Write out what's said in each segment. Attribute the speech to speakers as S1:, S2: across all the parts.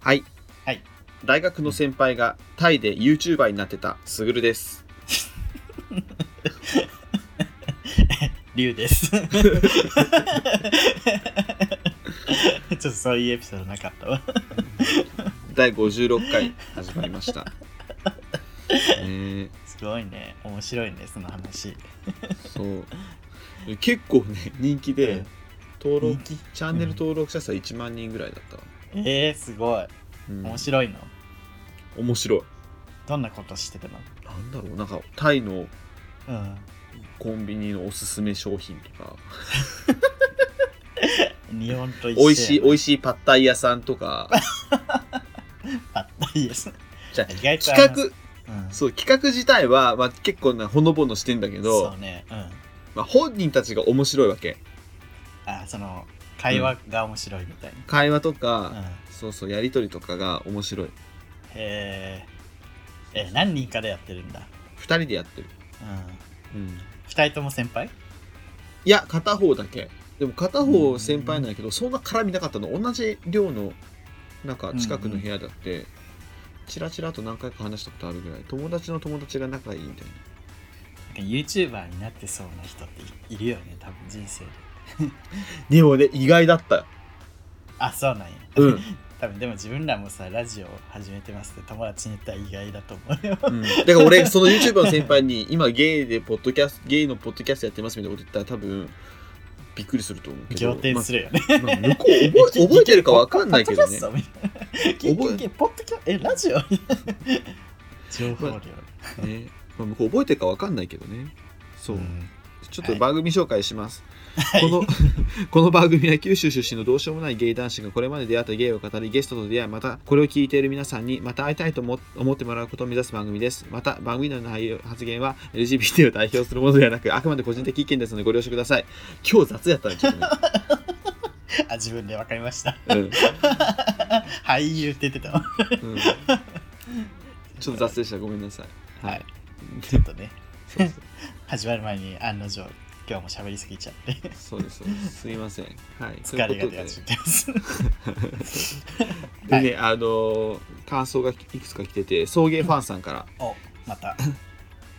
S1: はい。
S2: はい。
S1: 大学の先輩がタイで YouTuber になってたすぐるです。
S2: 龍です。 ちょっとそういうエピソードなかったわ。
S1: 第56回始まりま した。えー、
S2: すごいね。面白いね、その話。
S1: そう。結構ね、人気で、登録、
S2: 人気
S1: チャンネル登録者数1万人ぐらいだったわ。
S2: えー、すごい。
S1: うん
S2: 面白いの。
S1: 面白い。
S2: どんなことしてたの
S1: なんだろう、なんかタイの
S2: うん。
S1: コンビニのおすすめ商品とか、
S2: 日本と一緒
S1: 美味しい、美味
S2: しい。
S1: しいパッタイ屋さんと か、
S2: あいいです。
S1: じゃあ
S2: 意外とあの
S1: 企画、
S2: うん、
S1: そう、企画自体は、まあ、結構な、ほのぼのしてんだけど
S2: そう、ね。うん。
S1: まあ、本人たちが面白いわけ。
S2: あ、その、会話が面白いみたい
S1: 会話と
S2: な。
S1: か、
S2: うん。
S1: そうそう、やりとりとかが面白い。
S2: えー、えー何人かでやってるんだ。
S1: 二人でやってる。
S2: うん。
S1: うん。
S2: 二人とも先輩
S1: いや、片方だけ。でも片方先輩なんだけど、そんな絡みなかったの。同じ寮の、なんか近くの部屋だって、チラチラと何回か話したことあるぐらい、友達の友達が仲いいみたいな。
S2: なんか YouTuber になってそうな人っているよね、多分人生で。
S1: でもね、意外だったよ。
S2: あ、そうなんや。
S1: うん。
S2: 多分でも自分らもさ、ラジオ始めてますって友達に言ったら意外だと思うよ。
S1: うん、だから俺、その YouTuber の先輩に、今ゲイでポッドキャスト、ゲイのポッドキャストやってますみたいなこと言ったら多分、びっくりすると思うけど。
S2: 仰天するよね。
S1: まあまあ向こう覚 え、覚えてるかわかんないけど ね。
S2: ポッドキャストみたいな。
S1: 覚え
S2: 聞けポッドキャえ、ラジオ情報量。
S1: ねまあ、向こう覚えてるかわかんないけどね。そう。
S2: ん
S1: ちょっと番組紹介します。この この番組は九州出身のどうしようもないゲイ男子がこれまで出会ったゲイを語りゲストと出会いまたこれを聞いている皆さんにまた会いたいと思思ってもらうことを目指す番組ですまた番組内の内容発言は LGBT を代表するものではなくあくまで個人的意見ですのでご了承ください今日雑やったねちょっとね、
S2: あ、自分で分かりました。
S1: うん
S2: 俳優って言ってたわ。
S1: うんちょっと雑でしたごめんなさい
S2: はい。ちょっとね
S1: そうそ。
S2: 始まる前に案の定、今日も喋りすぎちゃって、
S1: そうですそうですすいませんはい
S2: 疲れが
S1: と
S2: 出
S1: いうこ
S2: 始めて ます。
S1: とででね、あのー感想がいくつか来てて送迎ファンさんから
S2: お、また。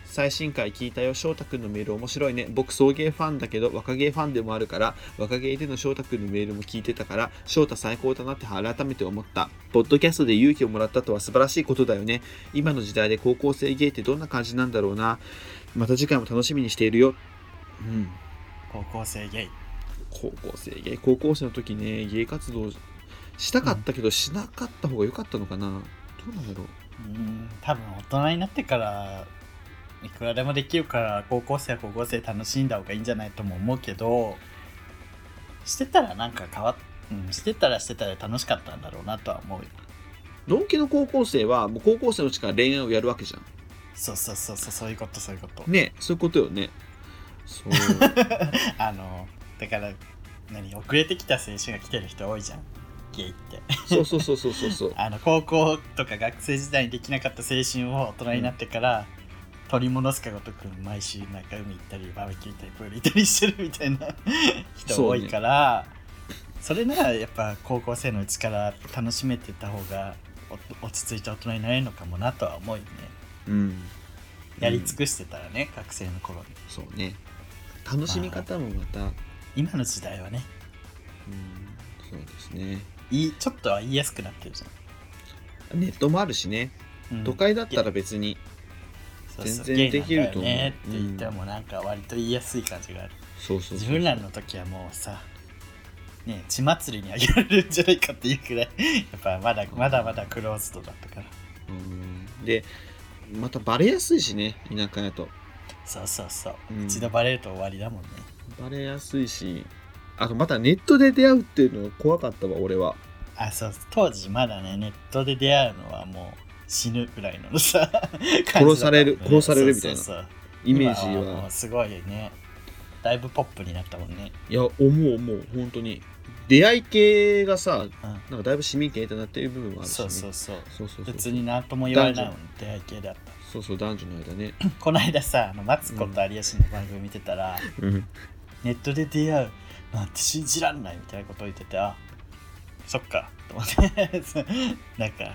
S1: 最新回聞いたよ翔太くんのメール面白いね僕送迎ファンだけど若芸ファンでもあるから若芸での翔太くんのメールも聞いてたから翔太最高だなって改めて思ったポッドキャストで勇気をもらったとは素晴らしいことだよね今の時代で高校生芸ってどんな感じなんだろうなまた次回も楽しみにしているようん
S2: 高校生ゲイ。
S1: 高校生芸高校生の時ね芸活動したかったけどしなかった方が良かったのかなどうなんだろう
S2: うん、多分大人になってから、いくらでもできるから、高校生は高校生楽しんだ方がいいんじゃないとも思うけど、してたらなんか変わっ、うん、してたらしてたら楽しかったんだろうなとは思うよ。
S1: ドンキの高校生はもう高校生のうちから恋愛をやるわけじゃん
S2: そうそうそうそう、そういうこと、そういうこと。
S1: ねそういうことよねそう
S2: あのだから何遅れてきた青春が来てる人多いじゃんゲイって
S1: そうそうそうそうそうそう
S2: あの高校とか学生時代にできなかった青春を大人になってから、取り戻すかごとく毎週なんか海行ったりバーベキュー行ったりプール行ったりしてるみたいな 人多いからそ,、れならやっぱ高校生のうちから楽しめてた方がお落ち着いた大人になれるのかもなとは思うよね
S1: うん
S2: やり尽
S1: く、
S2: くしてたらね、学生の頃に
S1: そうね楽しみ方もまた、うん
S2: 今の時代はね
S1: そうですね
S2: いいちょっとは言いやすくなってるじ
S1: ネットもあるしね
S2: ゃん、うん
S1: 都会だったら別に、
S2: そうそう
S1: 全然できると思う
S2: ゲイなんだよねって言ってもなんか割と言いやすい感じがある、
S1: そうそう
S2: 自
S1: そう
S2: 分らの時はもうさね血祭りにあげられるんじゃないかっていうくらい やっぱまだまだまだクローズドだったから
S1: うんでまたバレやすいしね田舎やと
S2: そうそうそう、
S1: うん
S2: 一度バレると終わりだもんね
S1: バレやすいしあとまたネットで出会うっていうのが怖かったわ俺は
S2: あそう当時まだねネットで出会うのはもう死ぬぐらいの さ感じだった
S1: 殺される殺されるみたいな
S2: そうそうそう
S1: イメージ
S2: 今
S1: は
S2: もうすごいよねだいぶポップになったもんね
S1: いや思う思う本当に出会い系がさ
S2: うん
S1: なんかだいぶ市民権となってる部分もあるし、ね、
S2: そうそうそ
S1: そ
S2: う
S1: うそうそう
S2: 別に何とも言われないもん出会い系だった
S1: そうそう男女の間ね、
S2: この間さあのマツコと有吉の番組見てたら、ネットで出会うなんて信じらんないみたいなことを言っててあそっか と思ってそうなんか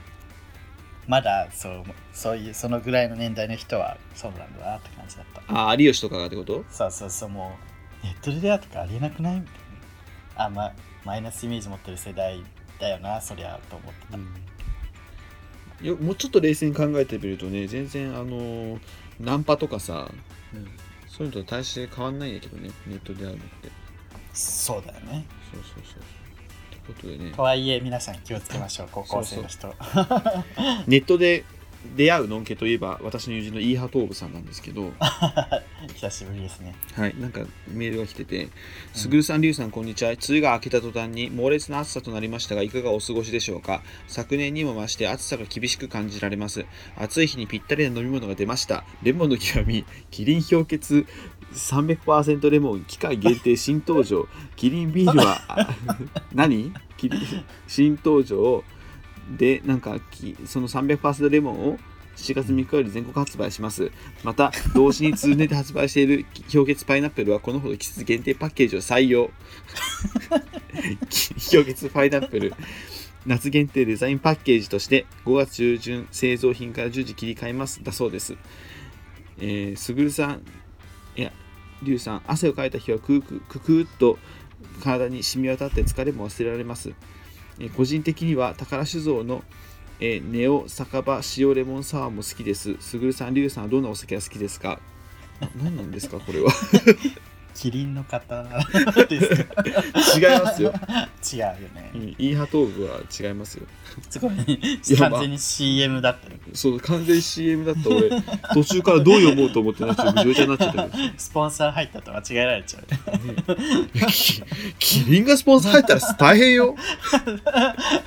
S2: まだそう思うそういうそのぐらいの年代の人はそうなんだなって感じだった
S1: あ有吉とかがってこと
S2: そうそうそうもうネットで出会うとかありえなくないみたいなあまマイナスイメージ持ってる世代だよなそりゃと思ってた、
S1: よもうちょっと冷静に考えてみるとね全然あのーナンパとかさそういうのと大して変わんないんだけどねネットであるのって
S2: そうだよね
S1: そうそうそうってことでね
S2: とはいえ皆さん気をつけましょう高校生の人
S1: ネットで出会うのんけといえば私の友人のイーハトーブさんなんですけど
S2: 久しぶりですね
S1: はい、なんかメールが来てて、すぐるさん、りゅうさん、こんにちは。梅雨が明けた途端に猛烈な暑さとなりましたが、いかがお過ごしでしょうか。昨年にも増して暑さが厳しく感じられます。暑い日にぴったりな飲み物が出ました。レモンの極み、キリン氷結300%レモン、期間限定新登場。キリンビールは、あ 何キリン新登場で、なんか、きその300%レモンを7月3日より全国発売します。また同時に通年で発売している氷結パイナップルはこのほど季節限定パッケージを採用 氷結パイナップル夏限定デザインパッケージとして5月中旬製造品から順次切り替えますだそうですえーすぐるさんいやりゅうさん汗をかいた日はクークククーっと体に染み渡って疲れも忘れられます、えー個人的には宝酒造のえーネオ酒場塩レモンサワーも好きです。すぐるさん、りゅうさんはどんなお酒が好きですかな何なんですかこれは。
S2: キリンの方ですか
S1: 違いますよ。
S2: 違うよね、
S1: うん、イーハトーブは違いますよ。
S2: すごい
S1: やまあ
S2: 完全に CM だったよ
S1: そう、完全に CM だった俺、途中からどう読もうと思ってなっちゃう、ぐちゃぐちゃになっちゃったけ
S2: スポンサー入ったと間違えられちゃうね
S1: ど ね。いやキキリンがスポンサー入ったら大変よ。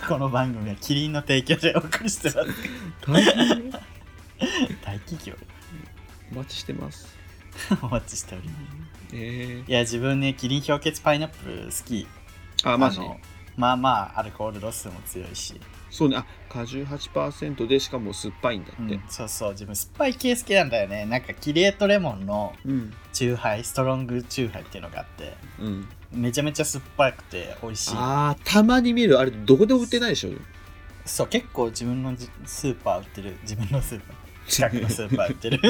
S2: この番組はキリンの提供でお送りしてます
S1: 大変よ。
S2: 大企業
S1: お待ちしてます。
S2: お待ちしております
S1: え
S2: いや自分ねキリン氷結パイナップル好き
S1: ー、あ、マジ
S2: のまあまあアルコールロスも強いし、
S1: そうね、あ、果汁8%でしかも酸っぱいんだ
S2: う
S1: っ
S2: ん
S1: て。
S2: そうそう自分酸っぱい系好きなんだよねなんかキレートレモンの
S1: うん。
S2: チューハイストロングチューハイっていうのがあって
S1: うん。
S2: めちゃめちゃ酸っぱくて美味しい
S1: ああ、たまに見る。あれ、どこでも売ってないでしょ。
S2: そう結構自分のじスーパー売ってる自分のスーパー近くのスーパー売ってる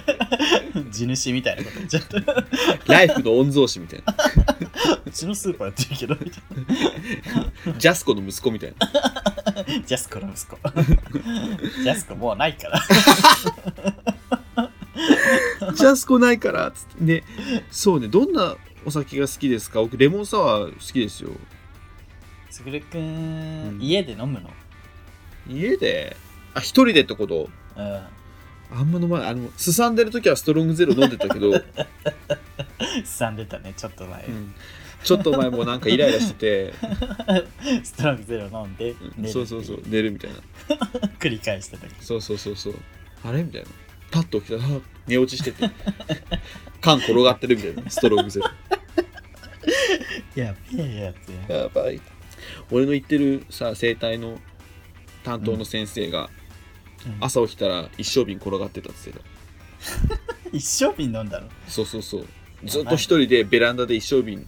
S2: 地主みたいなこと言っちゃった
S1: ライフの御曹司みたいな。
S2: うちのスーパー売ってるけどみたい
S1: ジャスコの息子みたいな。
S2: なジャスコの息子ジャスコもうないから
S1: ジャスコないからっつって。ね、そうね、どんなお酒が好きですか僕、レモンサワー好きですよ。
S2: すぐるくん、
S1: うん
S2: 家で飲むの
S1: 家であ、一人でってこと
S2: う
S1: あんま飲まない。あの、すさんでる時はストロングゼロ飲んでたけ ど、うん
S2: さんでたねちょっと前、
S1: んちょっと前もなんかイライラしてて、
S2: ストロングゼロ飲んで寝るって
S1: うん
S2: い
S1: そうそうそう、寝るみたいな。
S2: 繰り返してたけ
S1: そうそうそうそう。あれみたいな。パッと起きたら、あ寝落ちしてて。缶転がってるみたいな、ストロングゼロ。
S2: どやべえやつや
S1: やばい俺の行ってるさ整体の担当の先生が、
S2: うん
S1: 朝起きたら一生瓶転がってたって言ってた
S2: 一生瓶飲んだの
S1: そうそうそうずっと一人でベランダで一生瓶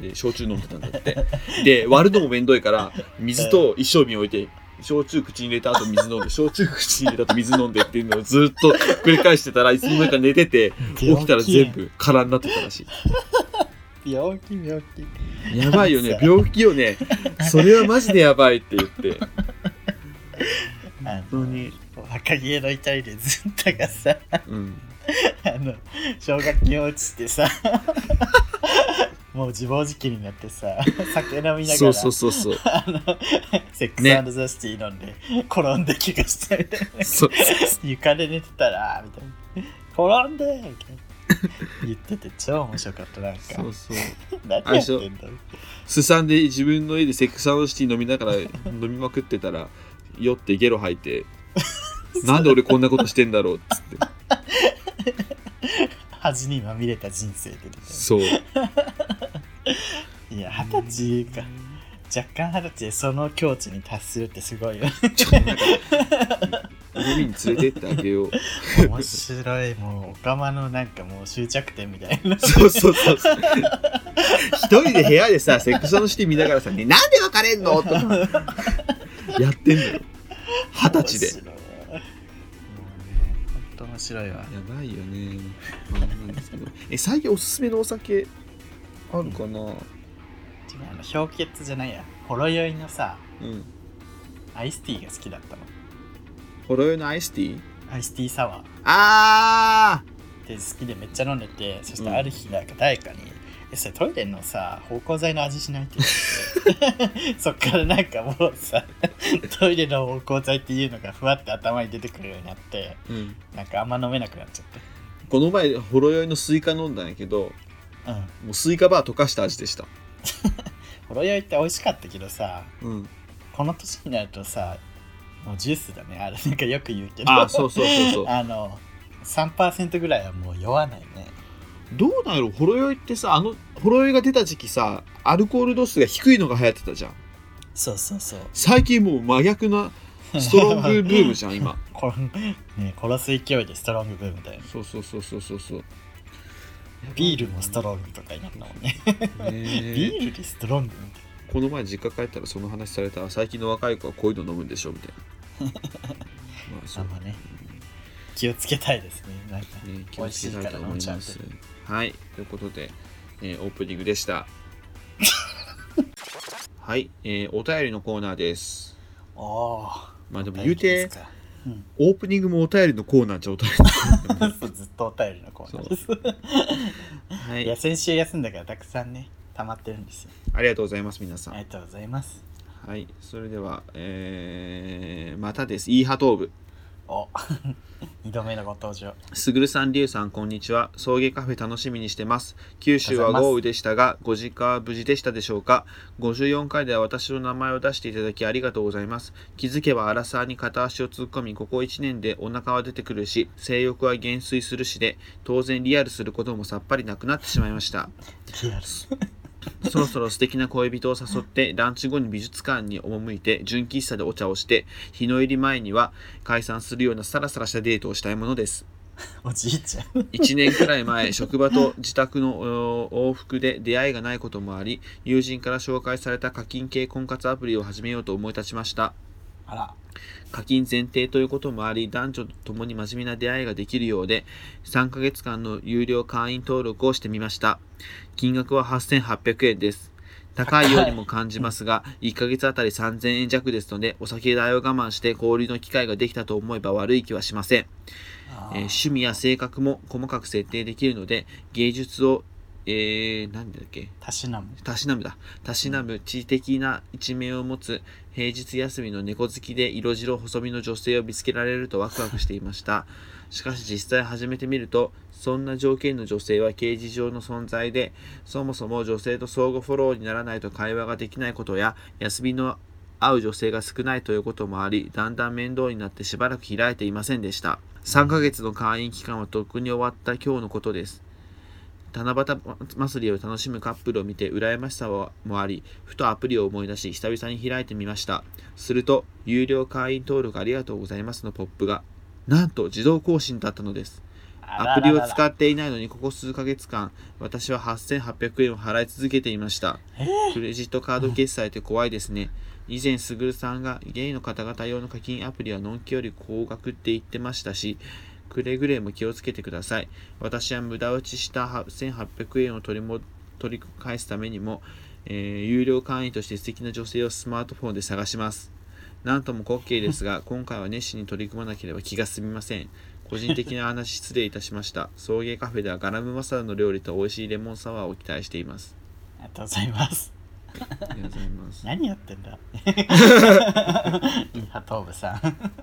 S1: で焼酎飲んでたんだって で割るのもめんどいから水と一生瓶置いて焼酎口に入れた後水 飲んで焼酎口に入れた後水飲んでっていうのをずっと 繰り返してたらいつの間にか寝てて起きたら全部空になってたらしい
S2: 病気病気
S1: やばい よね、病気よね、それはマジでやばいって言って。
S2: あ
S1: 本当に、
S2: 若気の至りでずんたがさ
S1: うん、
S2: あの奨学金落ちてさ もう自暴自棄になってさ酒飲みながら
S1: そうそうそう そう、
S2: あのセック
S1: ね
S2: スザシティ飲んで、転んで怪我し たみたいな
S1: そう
S2: 床で寝てたらみたいな転んでみたいな言ってて超面白かったなんか
S1: そうそう、
S2: 何やってんだろう
S1: すさんで自分の家でセックサンドシティ飲みなが ら飲みまくってたら、酔ってゲロ吐いて、 なんで俺こんなことしてんだろうっつって、
S2: 恥にまみれた人生でみたい
S1: そう、
S2: ないや二十歳か若干二十歳でその境地に達するってすごいよね
S1: ちょっとなんか、海に連れてってあげよ う。
S2: 面白いもうおかまのなんかもう終着点みたいな
S1: そうそうそうそう。一人で部屋でさセックスのシティ見ながらさ「ね、なんで別れんの?」とかやってんのよ二十歳で
S2: 面白いもうね本当面白いわ
S1: やばいよね、まあなんですけどえ最近おすすめのお酒あるかな
S2: 自分あの氷結じゃないやほろ酔いのさ
S1: うん
S2: アイスティーが好きだったの
S1: ほろ酔いのアイスティー
S2: アイスティーサワー
S1: あ
S2: で好きでめっちゃ飲んでてそした
S1: うん
S2: らある日なんか誰かに「えそれトイレのさ芳香剤の味しない?」って言われて そっからなんかもうさトイレの芳香剤っていうのがふわって頭に出てくるようになって
S1: ー、うん、
S2: なんかあんま飲めなくなっちゃって
S1: この前ほろ酔いのスイカ飲んだんやけど
S2: うん
S1: もうスイカバー溶かした味でした
S2: ほろ酔いって美味しかったけどさ
S1: うん
S2: この年になるとさもうジュースだねあれなんかよく言うけど
S1: あそうそうそうそう
S2: あの3%ぐらいはもう酔わないね
S1: どうなんやろほろ酔いってさあのほろ酔いが出た時期さアルコール度数が低いのが流行ってたじゃん
S2: そうそうそう
S1: 最近もう真逆 なストロングブームじゃん今
S2: こね、殺す勢いでストロングブームだよね
S1: そうそうそうそうそうそう
S2: ビール もストロングとかになったもんね。
S1: ねえ
S2: ビールでストロング
S1: この前実家帰ったらその話されたら最近の若い子はこういうの飲むんでしょみたい なまあそ
S2: あ
S1: うん
S2: まね。気をつけたいですね。なんか
S1: ね、気
S2: 美
S1: を
S2: 味し
S1: つ
S2: い
S1: けた
S2: か
S1: いと
S2: ら飲
S1: 思
S2: ん
S1: い
S2: ちゃう
S1: ま。
S2: んです
S1: はい、ということで、えーオープニングでした。 はい、えーお便りのコーナーです。
S2: おおー。
S1: まあでも
S2: お
S1: 言
S2: 便
S1: う
S2: りで
S1: て
S2: す、か。うん、
S1: オープニングもお便りのコーナーじゃお便 りのコーナー
S2: ずっとお便りのコーナーです。
S1: はい
S2: や
S1: い、
S2: 先週休んだからたくさんね溜まってるんですよ。
S1: ありがとうございます、皆さ
S2: あ
S1: ん。
S2: りがとうございます。
S1: はい、それでは、えーまたです。イーハトーブ。
S2: お 二度目のご登場。
S1: すぐるさん、りゅうさん、こんにちは。送迎カフェ楽しみにしてます。九州は豪雨でしたが、ご実家は無事でしたでしょうか ?54 回では私の名前を出していただきありがとうございます。気づけばアラサーに片足を突っ込み、ここ1年でお腹は出てくるし、性欲は減衰するしで、当然リアルすることもさっぱりなくなってしまいました。
S2: リアル。
S1: そろそろ素敵な恋人を誘ってランチ後に美術館に赴いて純喫茶でお茶をして日の入り前には解散するようなサラサラしたデートをしたいものです
S2: おじいちゃん。
S1: 1年くらい前職場と自宅のお往復で出会いがないこともあり友人から紹介された課金系婚活アプリを始めようと思い立ちました
S2: あら。
S1: 課金前提ということもあり男女ともに真面目な出会いができるようで3ヶ月間の有料会員登録をしてみました金額は8800円です高いようにも感じますが1ヶ月あたり3000円弱ですのでお酒代を我慢して交流の機会ができたと思えば悪い気はしません
S2: あ
S1: えー
S2: ー
S1: 趣味や性格も細かく設定できるので芸術をえー、なんだっけ
S2: たしなむ。
S1: たしなむだたしなむ知的な一面を持つ平日休みの猫好きで色白細身の女性を見つけられるとワクワクしていましたしかし実際始めてみるとそんな条件の女性は刑事上の存在でそもそも女性と相互フォローにならないと会話ができないことや休みの会う女性が少ないということもありだんだん面倒になってしばらく開いていませんでした3ヶ月の会員期間はとっくに終わった今日のことです七夕祭りを楽しむカップルを見て羨ましさもありふとアプリを思い出し久々に開いてみましたすると有料会員登録ありがとうございますのポップがなんと自動更新だったのですアプリを使
S2: う。
S1: っていないのにここ数ヶ月間私は8800円を払い続けていました
S2: え
S1: クレジットカード決済って怖いですね以前すぐるさんがゲイの方々用の課金アプリはのんきより高額って言ってましたしくれぐれも気をつけてください私は無駄打ちした1800円を取りも取り返すためにも、えー有料会員として素敵な女性をスマートフォンで探しますなんとも滑稽ですが今回は熱心に取り組まなければ気が済みません個人的な話失礼いたしま した送迎カフェではガラムマサラの料理と美味しいレモンサワーを期待しています
S2: ありがとうございます。
S1: ありがとうございます
S2: 何やって んだインハトーブさん。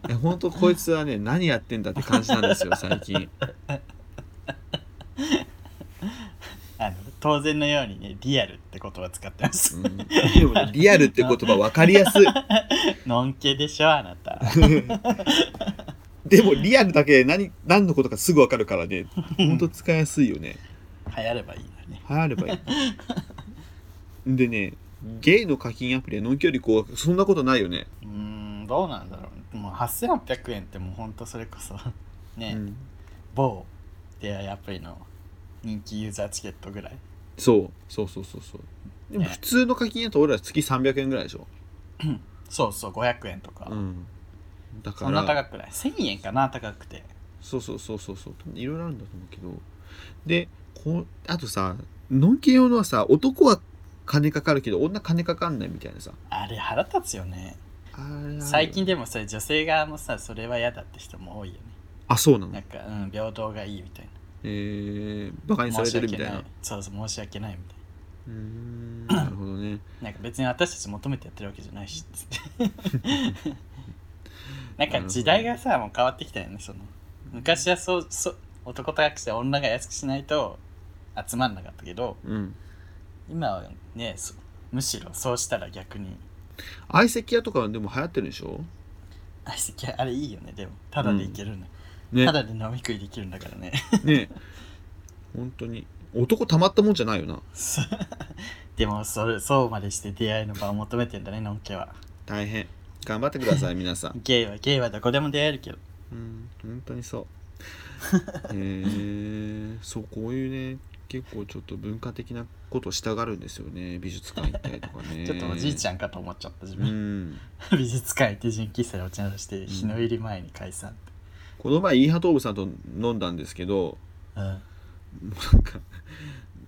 S1: え本当こいつはね何やってんだって感じなんですよ最近
S2: あの当然のようにね、リアルって言葉使ってます。
S1: うん でもねリアルって言葉分かりやすい
S2: のんけでしょ、あなた。
S1: でもリアルだけで何何のことかすぐ分かるからね本当使いやすいよね
S2: 流行ればいいのにね。
S1: 流行ればいいでねゲイの課金アプリはのんきより高額そんなことないよね、
S2: うーん、どうなんだろう。もう8800円ってもうほんとそれこそね、
S1: うん
S2: 某出会いアプリの人気ユーザーチケットぐらい。
S1: そうそうそうそうそうでも
S2: ね
S1: 普通の課金だと俺ら月300円ぐらいでしょ、
S2: そうそう500円とか、
S1: うん、だ
S2: そ
S1: か
S2: んな
S1: ら
S2: 高くない1000円かな高くて
S1: そうそうそうそうそういろいろあるんだと思うけどでこうあとさのんき用のはさ男は金かかるけど女金かかんないみたいなさ
S2: あれ腹立つよね
S1: あれある
S2: 最近でもさ女性側もさそれは嫌だって人も多いよね
S1: あそうなの
S2: なんか、うん、平等がいいみたい
S1: えー、バカ
S2: な
S1: にされてるみたい
S2: な
S1: ない
S2: そうそう申し訳ないみたいう
S1: ーんなるほどね
S2: ななんか別に私たち求めてやってるわけじゃな いしなんか時代がさもう変わってきたよねその昔はそうそう男高くして女が安くしないと集まんなかったけど
S1: うん
S2: 今はねそむしろそうしたら逆に
S1: 相席屋とかでも流行ってるでしょ
S2: 相席あれいいよねでもただでいけるんだ、
S1: ね
S2: ただで飲み食いできるんだからね
S1: ね本当に男たまったもんじゃないよな
S2: そうでもそれそうまでして出会いの場を求めてんだねのんけは
S1: 大変頑張ってください皆さん
S2: ゲイはゲイはどこでも出会えるけど
S1: うん本当に そうへえそうこういうね結構ちょっと文化的なことしたがるんですよね美術館行ったりとかね
S2: ちょっとおじいち
S1: ゃ
S2: ゃんかと思っちゃった自
S1: う
S2: 分、
S1: ん
S2: 美術館行って純喫茶でお茶をして日の入り前に解散
S1: この前イーハトーブさんと飲んだんですけど
S2: うん
S1: なんか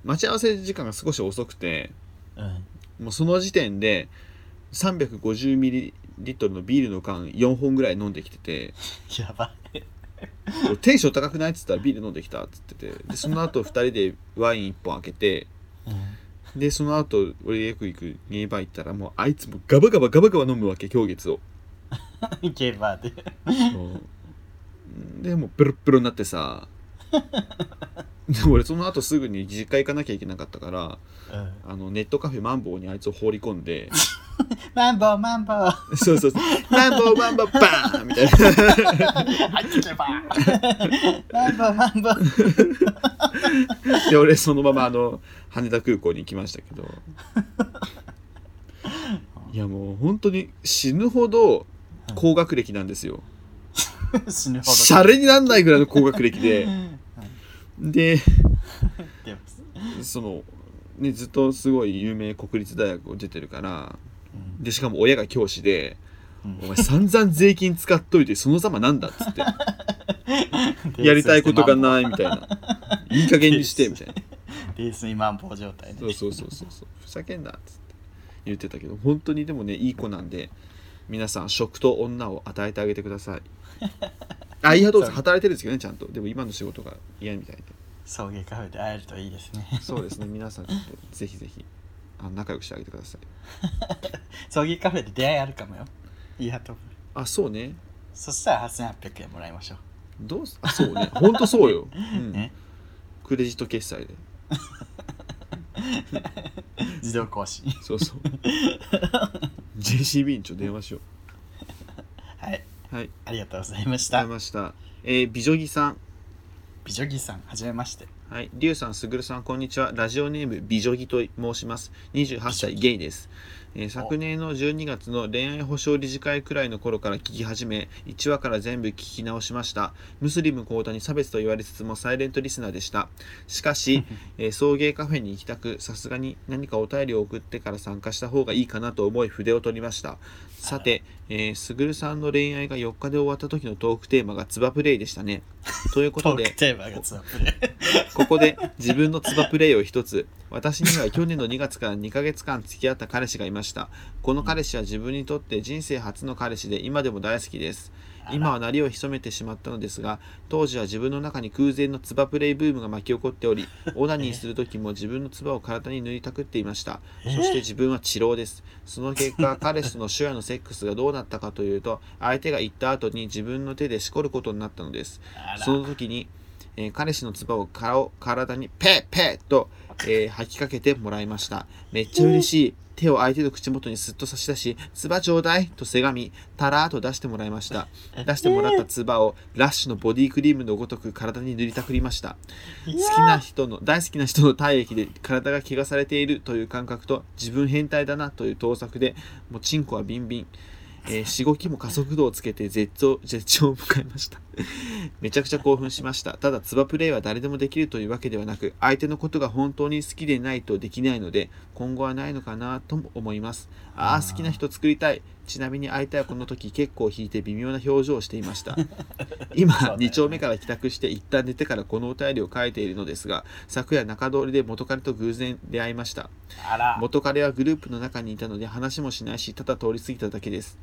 S1: 待ち合わせ時間が少し遅くて
S2: うん
S1: もうその時点で350ミリリットルのビールの缶4本ぐらい飲んできて て
S2: やばい
S1: 「テンション高くない?」っつったら「ビール飲んできた」っつっててでその後二人でワイン1本開けて
S2: うん
S1: でその後俺よく行くゲイバー行ったらもうあいつもガバガバガバガバ飲むわけ氷月を
S2: ゲイバーで
S1: そうでもうベロッベロになってさで俺その後すぐに実家行かなきゃいけなかったから
S2: うん
S1: あのネットカフェマンボウにあいつを放り込んで
S2: マンボウマンボウ
S1: そうそうそうマンボウマンボウバーンみたいな
S2: 入ってけばマンボウマンボウ
S1: で俺そのままあの羽田空港に行きましたけどいやもう本当に死ぬほど高学歴なんですよ
S2: 死ぬほど
S1: シャレになんないぐらいの高学歴で
S2: うん
S1: で
S2: でも
S1: その、ね、ずっとすごい有名国立大学を出てるから
S2: うん
S1: でしかも親が教師で
S2: う
S1: 「お
S2: ん
S1: 前散々税金使っといてそのざまなんだ」っつ って「やりたいことがない」みたいな「いい加減に して」みたいな
S2: 泥酔マンボウ状態
S1: そう
S2: で
S1: そうそうそうそうふざけんなっつって言ってたけど本当にでもねいい子なんで皆さん食と女を与えてあげてくだ さいあいやどうぞ働いてるんですけどねちゃんとでも今の仕事が嫌みたいで
S2: 送迎カフェで会えるといいですね
S1: そうですね皆さんちょっとぜひぜひあ仲良くしてあげてください
S2: 送迎カフェで出会いあるかもよいいやと思う
S1: あそうね
S2: そしたら8800円もらいましょう
S1: どうすあそうねほんとそうよ、うん
S2: ね
S1: クレジット決済で
S2: 自動更新
S1: そうそう JCB にちょっと電話しよ
S2: はいう
S1: はい
S2: ありがとうございまし
S1: あ
S2: た
S1: りましたえー、美女木さん
S2: 美女木さんはじめまして
S1: はい、リュウさん、すぐるさん、こんにちは。ラジオネーム、美女木と申します。28歳、ゲイです。えー昨年の12月の恋愛保障理事会くらいの頃から聞き始め、1話から全部聞き直しました。ムスリム高田に差別と言われつつもサイレントリスナーでした。しか し、えー送迎カフェに行きたく、さすがに何かお便りを送ってから参加した方がいいかなと思い筆を取りました。さて、えー、すぐるさんの恋愛が4日で終わった時のトークテーマがツバプレイでしたね。ということ
S2: ト
S1: で
S2: ーク、テーマがツアプレ
S1: ここで自分のツバプレイを一つ私には去年の2月から2ヶ月間付き合った彼氏がいましたこの彼氏は自分にとって人生初の彼氏で今でも大好きです今は鳴りを潜めてしまったのですが当時は自分の中に空前のツバプレイブームが巻き起こっておりオナニーする時も自分のツバを体に塗りたくっていましたそして自分は治療ですその結果彼氏との手話のセックスがどうなったかというと相手が言った後に自分の手でしこることになったのです
S2: あら
S1: その時に、えー彼氏のつばを顔体にペッペッと、えー吐きかけてもらいました。めっちゃ嬉しい。手を相手の口元にすっと差し出し、つばちょうだいとせがみ、たらーと出してもらいました。出してもらったつばをラッシュのボディクリームのごとく体に塗りたくりました。
S2: い
S1: 好
S2: や
S1: きな人の大好きな人の体液で体が汚されているという感覚と自分変態だなという盗作でもうチンコはビンビン、 えー、しごきも加速度をつけて絶頂絶頂を迎えましためちゃくちゃ興奮しましたただつばプレイは誰でもできるというわけではなく相手のことが本当に好きでないとできないので今後はないのかなとも思いますあ
S2: あ
S1: あ
S2: ー
S1: 好きな人作りたいちなみに相手はこの時結構引いて微妙な表情をしていました今
S2: そうだよね
S1: 2丁目から帰宅して一旦寝てからこのお便りを書いているのですが昨夜中通りで元彼と偶然出会いました
S2: あら
S1: 元彼はグループの中にいたので話もしないしただ通り過ぎただけです、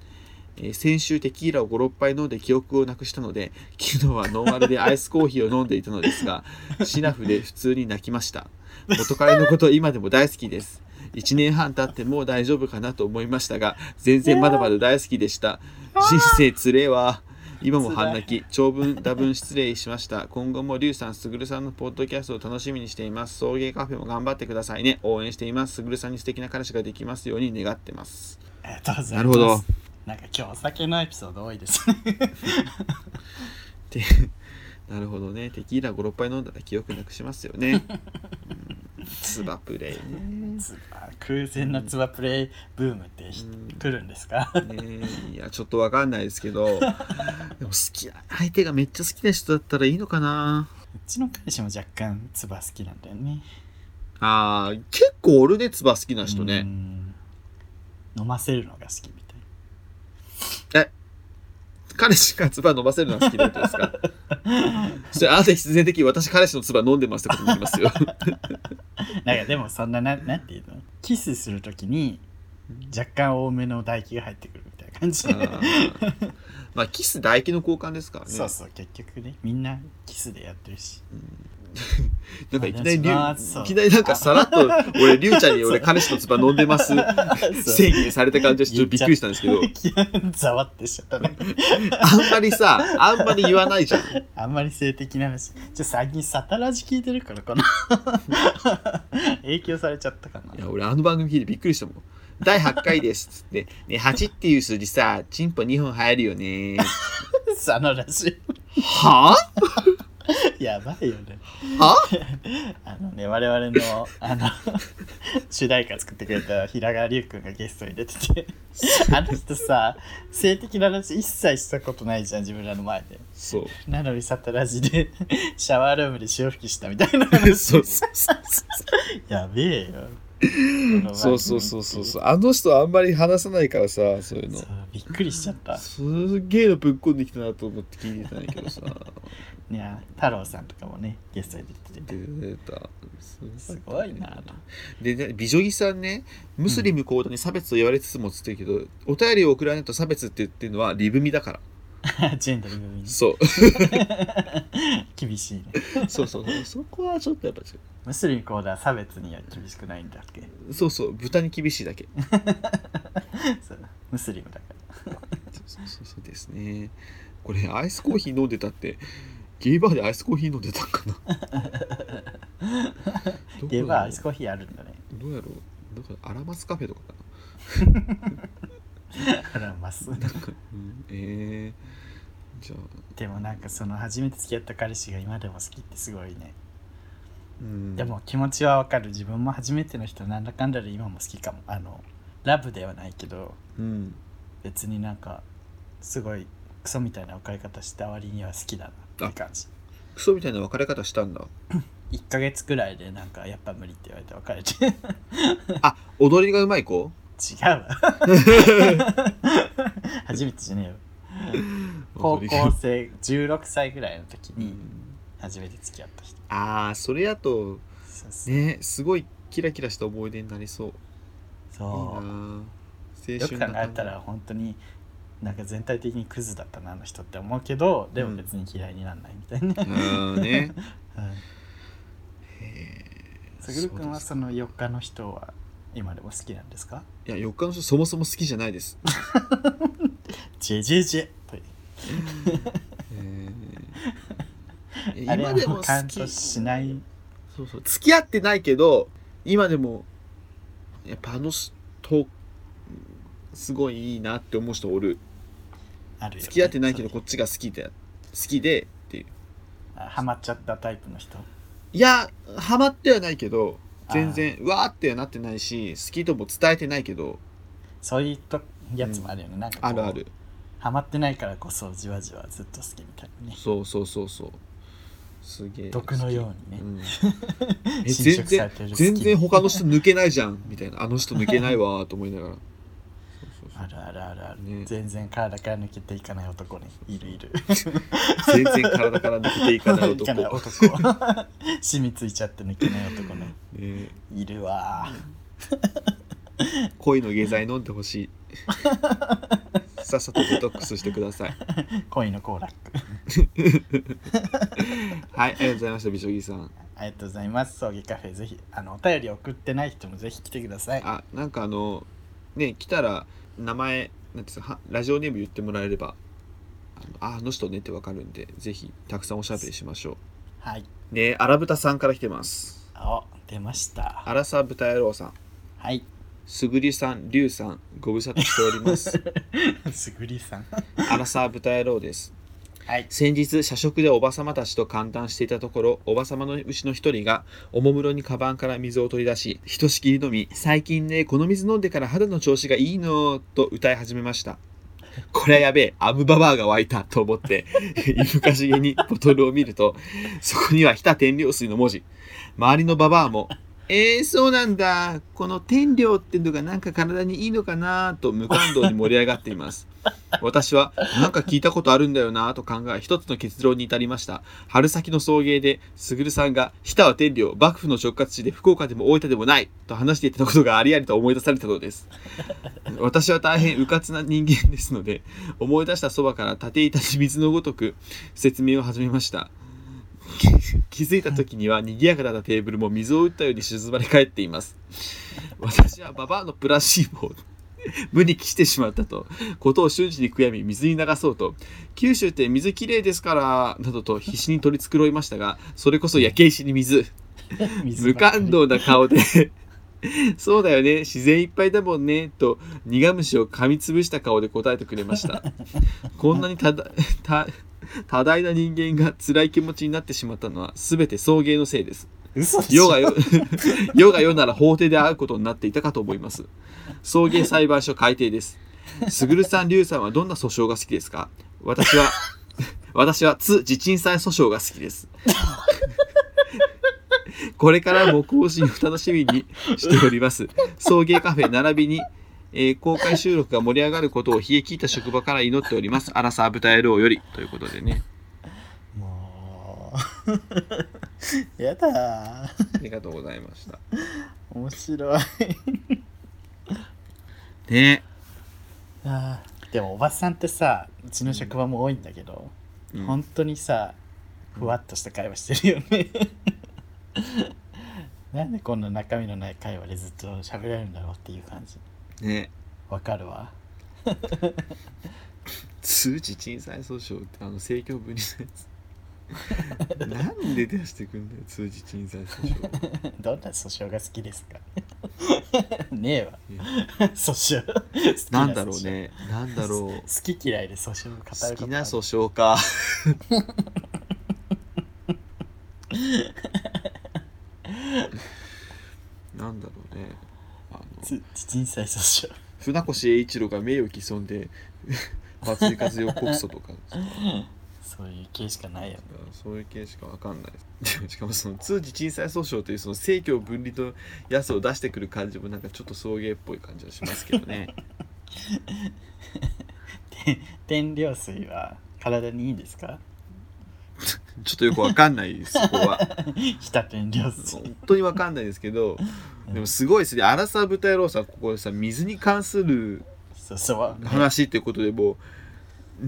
S1: えー先週テキーラを56杯飲んで記憶をなくしたので昨日はノンアルでアイスコーヒーを飲んでいたのですがシナフで普通に泣きました元彼のこと今でも大好きです1年半経ってもう大丈夫かなと思いましたが全然まだまだ大好きでした人生つれえわ今も半泣き長文多分失礼しました今後もリュウさんすぐるさんのポッドキャストを楽しみにしています送迎カフェも頑張ってくださいね応援していますすぐるさんに素敵な彼氏ができますように願ってます
S2: ありがとうございます
S1: なるほど
S2: なんか今日お酒のエピソード多いですね
S1: てなるほどねテキーラ56杯飲んだら記憶なくしますよねうんつばプレイね
S2: つば空前のつばプレイブームってひ、
S1: うん
S2: 来るんですか
S1: ねえいやちょっとわかんないですけど でも好きな相手がめっちゃ好きな人だったらいいのかな
S2: うちの彼氏も若干つば好きなんだよね
S1: あー結構俺ねつば好きな人
S2: う
S1: ね
S2: ん飲ませるのが好きみたい
S1: 彼氏がつば飲ませるのは好きだってことですか それあなた必然的に私彼氏のつば飲んでますってことになりますよ
S2: なんかでもそんなななんていうのキスするときに若干多めの唾液が入ってくるみたいな感じ、
S1: あー まあキス唾液の交換ですからね
S2: そうそう結局ねみんなキスでやってるし
S1: なんかいきなりりゅ
S2: お願いします
S1: ういきなりなんかさらっと俺りゅうちゃんに俺彼氏のつば飲んでます
S2: そう
S1: 宣言された感じでちょっとびっくりしたんですけど
S2: ざわってしちゃったね
S1: あんまりさあんまり言わないじゃん
S2: あんまり性的な話ちょ最近サタラジ聞いてるか らかな影響されちゃったかない
S1: や俺あの番組聞いてびっくりしたもん第8回ですっつって「ね8っていう数字さチンポ2本入るよね」
S2: サナラジ
S1: は
S2: やばいよね
S1: あは
S2: あのね我々の あの主題歌作ってくれた平川龍君がゲストに出て てあの人さ性的な話一切したことないじゃん自分らの前で
S1: そう
S2: なのにサタラジ でシャワールームで潮吹きしたみたいな話
S1: そうそうそう
S2: やべえよ
S1: そうそうそうそう
S2: そ
S1: そうあの人あんまり話さないからさそういうの
S2: うびっくりしちゃった
S1: すげえのぶっこんできたなと思って聞いてたんやけど さ
S2: いや太郎さんとかもねゲストに出てて
S1: 出た
S2: すごいなと
S1: でね美女木さんねムスリム行動に差別と言われつつもつってるけど、お便りを送らないと差別って言ってるのはリブミだから
S2: ジェンダーの部分に
S1: そう
S2: 厳しいね
S1: そうそうそうそこはちょっとやっぱ違
S2: ムスリムコーダー差別には厳しくないんだっけ
S1: うそうそう豚に厳しいだけ
S2: そうムスリムだから
S1: そうそうそうそうですねこれアイスコーヒー飲んでたってゲイバーでアイスコーヒー飲んでたんかなどこだろう
S2: ゲーバーアイスコーヒーあるんだね
S1: どうやろうなんかアラマスカフェとかか
S2: あらます
S1: ななんか、うん、えー、じゃあ
S2: でもなんかその初めて付き合った彼氏が今でも好きってすごいね
S1: うん
S2: でも気持ちはわかる自分も初めての人なんだかんだで今も好きかもあのラブではないけど
S1: うん
S2: 別になんかすごいクソみたいなおかれ方した割には好きだなって感じ
S1: クソみたいな別れ方したんだ
S2: 1ヶ月くらいでなんかやっぱ無理って言われて別れて
S1: あ踊りがうまい 子
S2: 違うわ初めてじゃねえ よ高
S1: 踊り
S2: 校
S1: が
S2: 生16歳ぐらいの時
S1: う
S2: に
S1: ん
S2: 初めて付き合った人
S1: ああそれやと
S2: そうそう
S1: ねすごいキラキラした思い出になりそういいな
S2: そう
S1: あ
S2: よ
S1: 青春
S2: く考
S1: だな
S2: えたら本当になんか全体的にクズだったなあの人って思うけどでも別に嫌いにならないみたいな、
S1: うん ね
S2: うん
S1: へー
S2: さぐるくんは
S1: そ
S2: そう
S1: で
S2: の4日の人は今でも好きなんですか
S1: すいや4日の人そもそも好きじゃないです、
S2: ジェジェジェと
S1: えー
S2: あれ
S1: 今
S2: は
S1: でも好
S2: もう
S1: き
S2: カウントしない
S1: そうそう付き合ってないけど今でもやっぱあの人すごいいいなって思う人おる
S2: あるよね
S1: 付き合ってないけど
S2: そ
S1: こ
S2: れ
S1: っちが好きで好きでっていう
S2: あハマっちゃったタイプの人
S1: いやハマってはないけど全然うわーってはなってないし好きとも伝えてないけど
S2: そういうとやつもあるよね、なんかこう
S1: あるある
S2: ハマってないからこそじわじわずっと好きみたいなね
S1: そうそうそうそうすげえ
S2: 毒のようにね
S1: 好きうんえ
S2: 侵
S1: 全
S2: 食さ
S1: 然
S2: れてる
S1: 全然
S2: 好き
S1: 他の人抜けないじゃんみたいなあの人抜けないわーと思いながらそうそうそう
S2: あるあるあるある、
S1: ね
S2: 全然体から抜けていかない男ねいるいる
S1: 全然体から抜けていかない
S2: いかない
S1: 男、
S2: 男染みついちゃって抜けない男ね
S1: ね、
S2: いるわ
S1: 恋の下剤飲んでほしいさっさとデトックスしてください
S2: 恋のコーラック
S1: はいありがとうございました美女木さん
S2: ありがとうございます葬儀カフェぜひあのお便り送ってない人もぜひ来てください
S1: あなんかあのね来たら名前なんていうんですかはラジオネーム言ってもらえればあのああの人ねってわかるんでぜひたくさんおしゃべりしましょ
S2: はい。
S1: うねアラブタさんから来てます
S2: あ、出ました。
S1: アラサブタ野郎さん
S2: はい。
S1: すぐりさんりゅうさんご無沙汰しております
S2: すぐりさん。
S1: アラサブタ野郎です
S2: はい。
S1: 先日社食でおばさまたちと歓談していたところおばさまのうちの一人がおもむろにカバンから水を取り出しひとしきり飲み最近ねこの水飲んでから肌の調子がいいのと歌い始めましたこれはやべえアムババアが湧いたと思っていぶかしげにボトルを見るとそこには「日田天領水」の文字周りのババアも「えー、そうなんだこの天領ってのがなんか体にいいのかな」と無感動に盛り上がっています私はなんか聞いたことあるんだよなと考え一つの結論に至りました春先の送迎で卓さんが「日田は天領幕府の直轄地で福岡でも大分でもない」と話していたことがありありと思い出されたのです私は大変迂闊な人間ですので思い出したそばから立て板に水のごとく説明を始めました気づいた時には賑やかだったテーブルも水を打ったように沈まれ返っています私はババアのプラシーボを無に帰してしまったとことを瞬時に悔やみ水に流そうと九州って水きれいですからなどと必死に取り繕いましたがそれこそ焼け石に水
S2: 水
S1: 無
S2: ばっかり
S1: 感。動な顔で そうだよね自然いっぱいだもんねと苦虫を噛みつぶした顔で答えてくれましたこんなにただた多大な人間が辛い気持ちになってしまったのは全て送迎のせいです
S2: 嘘でし
S1: 世
S2: ょ
S1: が 世世が世なら法廷で会うことになっていたかと思います送迎裁判所改定ですすぐるさんりゅうさんはどんな訴訟が好きですか私は 私は津地鎮祭訴訟が好きです これからも更新を楽しみにしております送迎カフェ並びにえー公開収録が盛り上がることを冷え切った職場から祈っております。アラサー豚野郎よりということでね。
S2: もう。やだー。
S1: ありがとうございました。
S2: 面白い。
S1: ね
S2: あーでもおばさんってさ、うちの職場も多いんだけど、
S1: うん
S2: 本当にさ、ふわっとした会話してるよね。 なんでこんな中身のない会話でずっと喋れるんだろうっていう感じ。
S1: ね
S2: わかるわ。
S1: 通知鎮祭訴訟ってあの政教分離のやつなんで出してくんだよ通知鎮祭訴訟
S2: どんな訴訟が好きですか ねえわ
S1: え。
S2: 訴訟。 好き訴訟
S1: なんだろう。ねなんだろう
S2: 好き嫌いで訴訟を語ることあ
S1: 好
S2: る
S1: きな訴訟かなんだろうねあの
S2: つ人災訴訟。
S1: 船越英一郎が名誉毀損で 松井和代告訴とか
S2: そういう系しかないよね。
S1: そういう系しかわかんないです でもしかもその通知鎮裁訴訟というその政教分離とやつを出してくる感じもなんかちょっと送迎っぽい感じはしますけどね
S2: て天領水は体にいいんで すか
S1: ちょっとよくわかんないですそこは
S2: 非多天領水。
S1: 本当にわかんないですけどでもすごいですね荒沢豚野郎さんここでさ水に関する
S2: そ うそう。
S1: 話っていうことでもう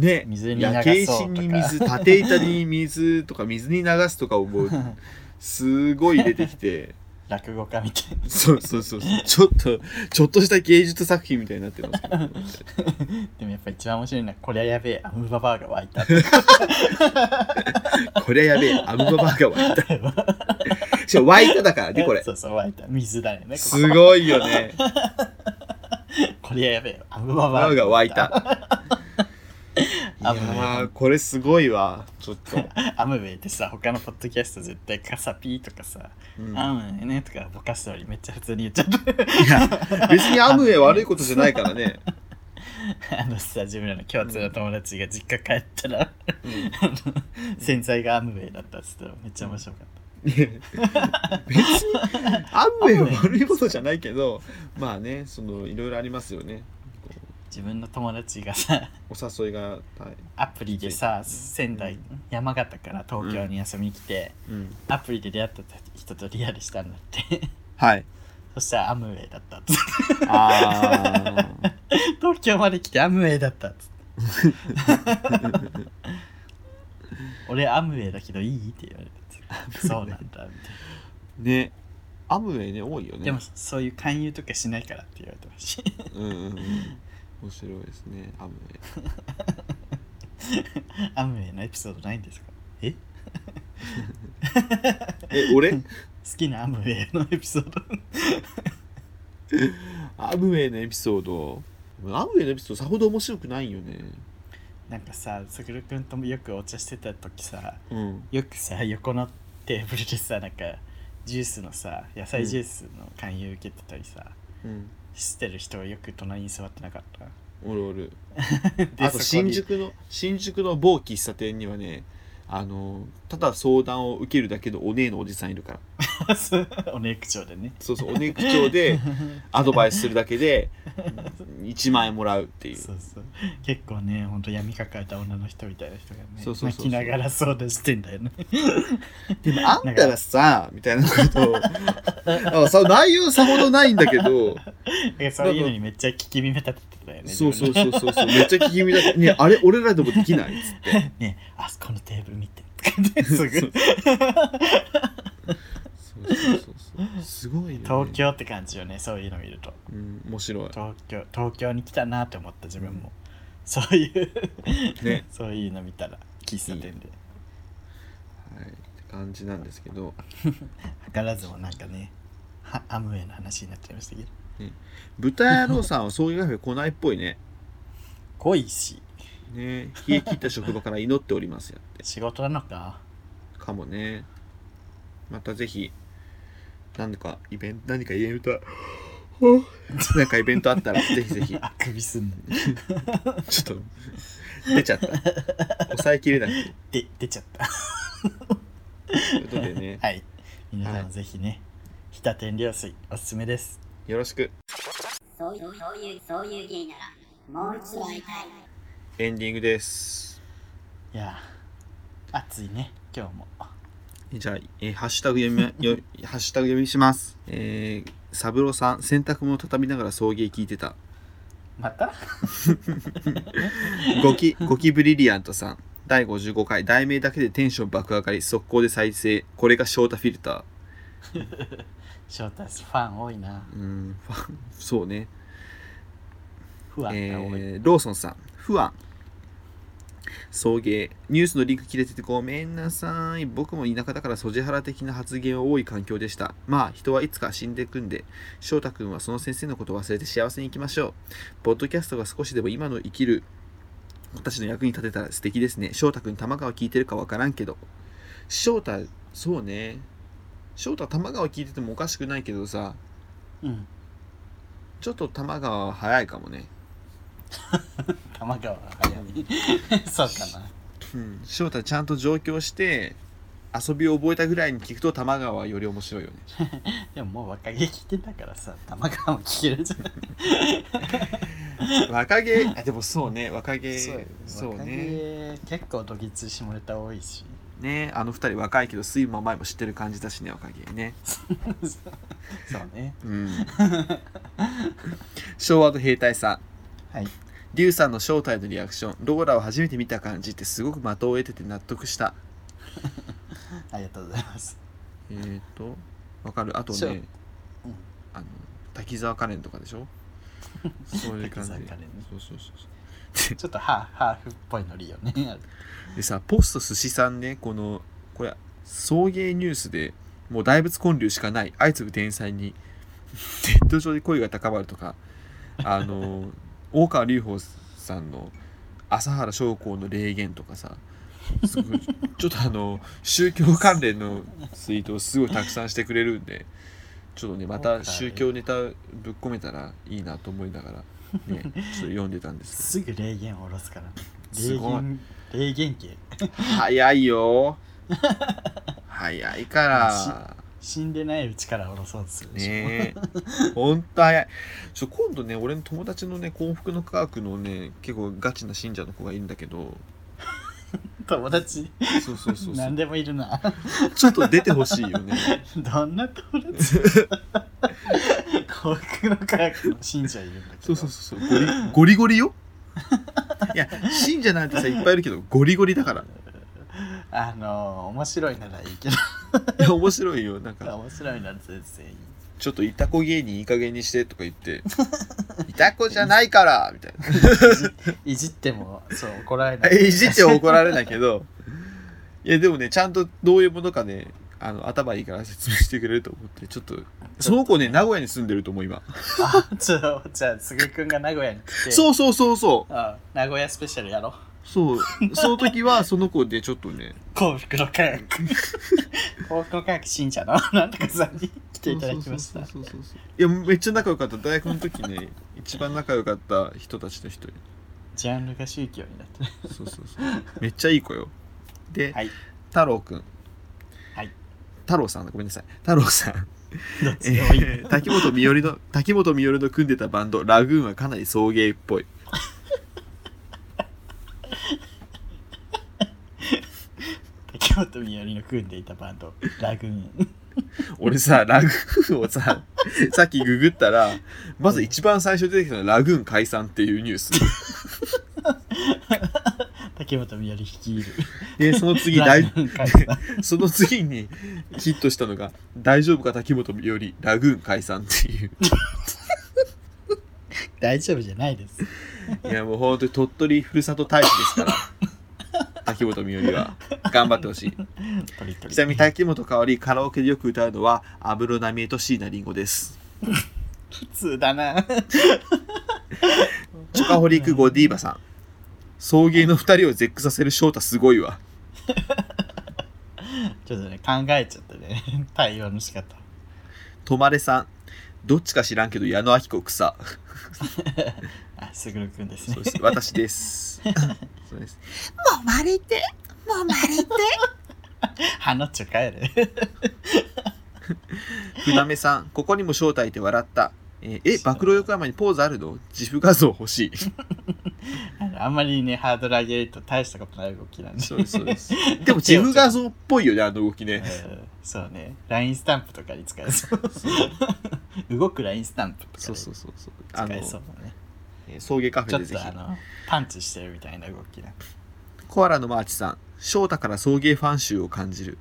S1: ね
S2: 水に流そうと
S1: 焼
S2: か
S1: け石に水縦板に水とか水に流すとかを もうすごい出てきて。
S2: 落語家みたい
S1: そうそうそうそうちょっとちょっとした芸術作品みたいになってますけど
S2: な。でもやっぱ一番面白いのは、こりゃやべえ、アムババアが湧いた。
S1: これやべえアムババアが湧いたしかも湧いただからねこれ
S2: そうそう、湧いた。水だよね。こ
S1: すごいよね
S2: ここりゃやべえ、アムバ
S1: アムバ
S2: バ
S1: バ
S2: ア
S1: アが湧い。たいや
S2: アムババア
S1: ーこれすごいわちょっと、
S2: アムウェイってさ、他のポッドキャスト絶対カサピーとかさ、
S1: うんい
S2: アムウェイねとか ぼかすよりめっちゃ普通に言っちゃって。
S1: や別にアムウェイ悪いことじゃないからね
S2: あのさ自分らの共通の友達が実家帰ったら、
S1: うん
S2: あの洗剤がアムウェイだったっつったらめっちゃ面白かっ
S1: 別にアンウェイは悪いことじゃないけどまあねそのいろいろありますよねこ
S2: た自分の友達がさ
S1: うお誘いがはい
S2: アプリでさ仙台、
S1: うん
S2: 山形から東京に遊びに来て、
S1: うん
S2: アプリで出会った人とリアルしたんだって
S1: はい
S2: そしたらアムウェイだったっ つって
S1: ああ
S2: 東京まで来てアムウェイだったっつって俺アムウェイだけどいいって言われてそうなんだみたい
S1: ねアムウェイね多いよね
S2: なでもそういう勧誘とかしないからって言われてほしい
S1: うんうんうん面白いですねアムウェイ
S2: アムウェイのエピソードないんですかえ好
S1: え俺
S2: きなアムウェイのエピソード
S1: アムウェイのエピソードアムウェイのエピソードさほど面白くないよね
S2: なんかさくるくんともよくお茶してた時さ
S1: うん
S2: よくさ横のテーブルでさなんかジュースのさ野菜ジュースの勧誘受けてたりさ、
S1: うん
S2: してる人はよく隣に座ってなかった
S1: おるお る
S2: で
S1: あと
S2: そこ
S1: 新
S2: に
S1: 宿の新宿の某喫茶店にはねあのただ相談を受けるだけのお姉のおじさんいるから
S2: そうおね口調でね
S1: そうそうお姉口調 でアドバイスするだけで1万円もらうっていう
S2: そうそう結構ねほんと闇抱えた女の人みたいな人がね
S1: そうそうそうそう
S2: 泣きながら相談してんだよね
S1: でもあんたらさみたいな ことをあその内容さほどないんだけど
S2: そういうのにめっちゃ聞き耳立ててたよね
S1: そうそう
S2: 自
S1: そうそうそうめっちゃ聞き耳だってねあれ俺らでもできないっつって
S2: 分のねあそこのテーブル見て とかね す
S1: そう
S2: ぐ
S1: そうそうそうそうすごいよ、ね、
S2: 東、京って感じよねそういうの見ると
S1: うん、面白い
S2: 東京東京に来たなって思った自分も、そういう
S1: ね
S2: そういうの見たら喫茶店で
S1: はい、って感じなんですけど
S2: 図らずもなんかねはアムウェイの話になっちゃいましたけど
S1: 豚野郎さんはそういうカフェ来ないっぽいね
S2: 恋し
S1: ね冷え切った職場から祈っておりますやって
S2: 仕事なのか
S1: かもねまたぜひ何かイベント何かイベン トは何かイベントあったらぜひぜひ
S2: あくびすんの
S1: ちょっと出ちゃった抑えきれなくて
S2: で出ちゃった
S1: ということでね
S2: はい皆さんもぜひね日立天領水おすすめです
S1: よろしく
S3: そういう、そういう、そういう芸なら、もう一度会いたい。
S1: エンディングです
S2: いやー暑いね今日も
S1: じゃあ、えーハッシュタグ読み、よハッシュタグ読みします。えー、サブローさん、洗濯物畳みながら送迎聞いてた。
S2: また
S1: ゴキ、ゴキブリリアントさん、第55回、題名だけでテンション爆上がり、速攻で再生。これがショータフィルタ
S2: 翔太ファン多いな
S1: ー。うん、ファンそうね。
S2: 不安が多い、
S1: えーローソンさん、不安。送迎ニュースのリンク切れててごめんなさい僕も田舎だからソジハラ的な発言は多い環境でしたまあ人はいつか死んでくんで翔太君はその先生のことを忘れて幸せに生きましょうポッドキャストが少しでも今の生きる私の役に立てたら素敵ですね翔太君玉川聞いてるかわからんけど翔太そうね翔太玉川聞いててもおかしくないけどさ
S2: うん
S1: ちょっと玉川は早いかもね
S2: 玉川早め そうかな
S1: うん、翔太ちゃんと上京して遊びを覚えたぐらいに聞くと玉川はより面白い よね
S2: でももう若気聞いてたからさ玉川も聞けるじゃん
S1: 若気あでもそうね若気
S2: そうよ
S1: そう
S2: 若
S1: ね
S2: 気結構どぎつい下ネタ多いし
S1: ねあの二人若いけど水も前も知ってる感じだしね若気ね
S2: そうね
S1: うん 昭和の兵隊さん
S2: はい
S1: リュウさんの正体のリアクションローラを初めて見た感じってすごく的を得てて納得した
S2: ありがとうござ います
S1: えっ、ー、とわかるあと
S2: そう
S1: ね、
S2: うん
S1: あの滝沢カレンとかでしょそういう感じ
S2: 滝沢カレンね
S1: そうそうそうそう
S2: ちょっとハーハーフっぽいノリよね
S1: でさポスト寿司さんねこのこれ送迎ニュースでもう大仏建立しかない相次ぐ天才にネット上で声が高まるとかあの大川隆法さんの朝原将校の霊言とかさすごいちょっとあの宗教関連のツイートをすごいたくさんしてくれるんでちょっとねまた宗教ネタぶっ込めたらいいなと思いながらね、ちょっと読んでたんです
S2: すぐ霊言下ろすからね
S1: す
S2: 霊
S1: ごい
S2: 言霊言系
S1: けど早い よ早いから
S2: 死んでないうちから下ろそうとするでしょ、
S1: ねえほんと早いちょ今度ね俺の友達のね幸福の科学のね結構ガチな信者の子がいるんだけど
S2: 友達
S1: そうそうそうそう
S2: 何でもい るな
S1: ちょっと出てほしいよね
S2: どんな友達幸福の科学の信者いるんだけど
S1: そうそうそうそうゴリゴリゴリよいや信者なんてさいっぱいいるけどゴリゴリだから
S2: あの面白いならいいけ
S1: いや面白いよなん
S2: ど
S1: か
S2: 面白いなら全然いい
S1: ちょっといたこ芸人いい加減にしてとか言 って「いたこじゃないから!」みたいない
S2: じいじってもそう怒られな
S1: や
S2: い
S1: いじっては怒られないけどいやでもねちゃんとどういうものかねあの頭いいから説明してくれると思ってちょっとその子ね名古屋に住んでると思う今
S2: あ ちょっとじゃあすぐくんが名古屋に来てう
S1: そうそうそうそう
S2: あ名古屋スペシャルやろう
S1: そうその時はその子でちょっとね
S2: 幸福の科学 幸福の科学信者のなんとかさんに来ていただきました
S1: そうそうそうそういやめっちゃ仲良かった大学の時ね一番仲良かった人たちの一人
S2: ジャンルが宗教になってる
S1: そうそうそうめっちゃいい子よで、
S2: はい
S1: 太郎くん
S2: はい
S1: 太郎さんだごめんなさい太郎さん
S2: どっちでもいい
S1: えー滝本美織の滝本美織の組んでたバンドラグーンはかなり送迎っぽい
S2: 京都みよりの組んでいたバンドラグー ン
S1: 俺さラグーンを ささっきググったらまず一番最初出てきたのはラグーン解散っていうニュース
S2: 竹本みより率いる
S1: でその次
S2: ラ
S1: 大
S2: グーン解散
S1: その次にヒットしたのが「大丈夫か滝本美織ラグーン解散」っていう
S2: 大丈夫じゃないです
S1: いやもう本当に鳥取ふるさと大使ですから滝本美織は頑張ってほしい
S2: トリトリ
S1: ちなみに滝本香織カラオケでよく歌うのは安室奈美恵と椎名林檎です
S2: 普通だな
S1: チョカホリックゴディーバさん送迎の2人を絶句させる翔太すごいわ
S2: ちょっとね考えちゃったね対応の仕方
S1: とまれさんどっちか知らんけど矢野明子草
S2: あすぐるくんですね
S1: そうです私です そうです
S4: もまれて、もまれて。
S2: 鼻っちょ帰る
S1: ふだめさんここにも翔太いて笑ったえーえ暴露横山にポーズあるの自負画像欲しい
S2: あのあんまりねハードル上げると大したことない動きなんで
S1: そうですそう ですでも自負画像っぽいよねあの動きね
S2: うんそうね LINE スタンプとかに使えそう動く LINE スタンプとか
S1: そう
S2: に
S1: そうそうそうあ
S2: 使
S1: の
S2: えそうだね
S1: えー送迎カフ
S2: ち
S1: ェ
S2: ょ
S1: で
S2: っ
S1: ぜひ
S2: とあのパンチしてるみたいな動きな
S1: コアラのマーチさん翔太から送迎ファン集を感じる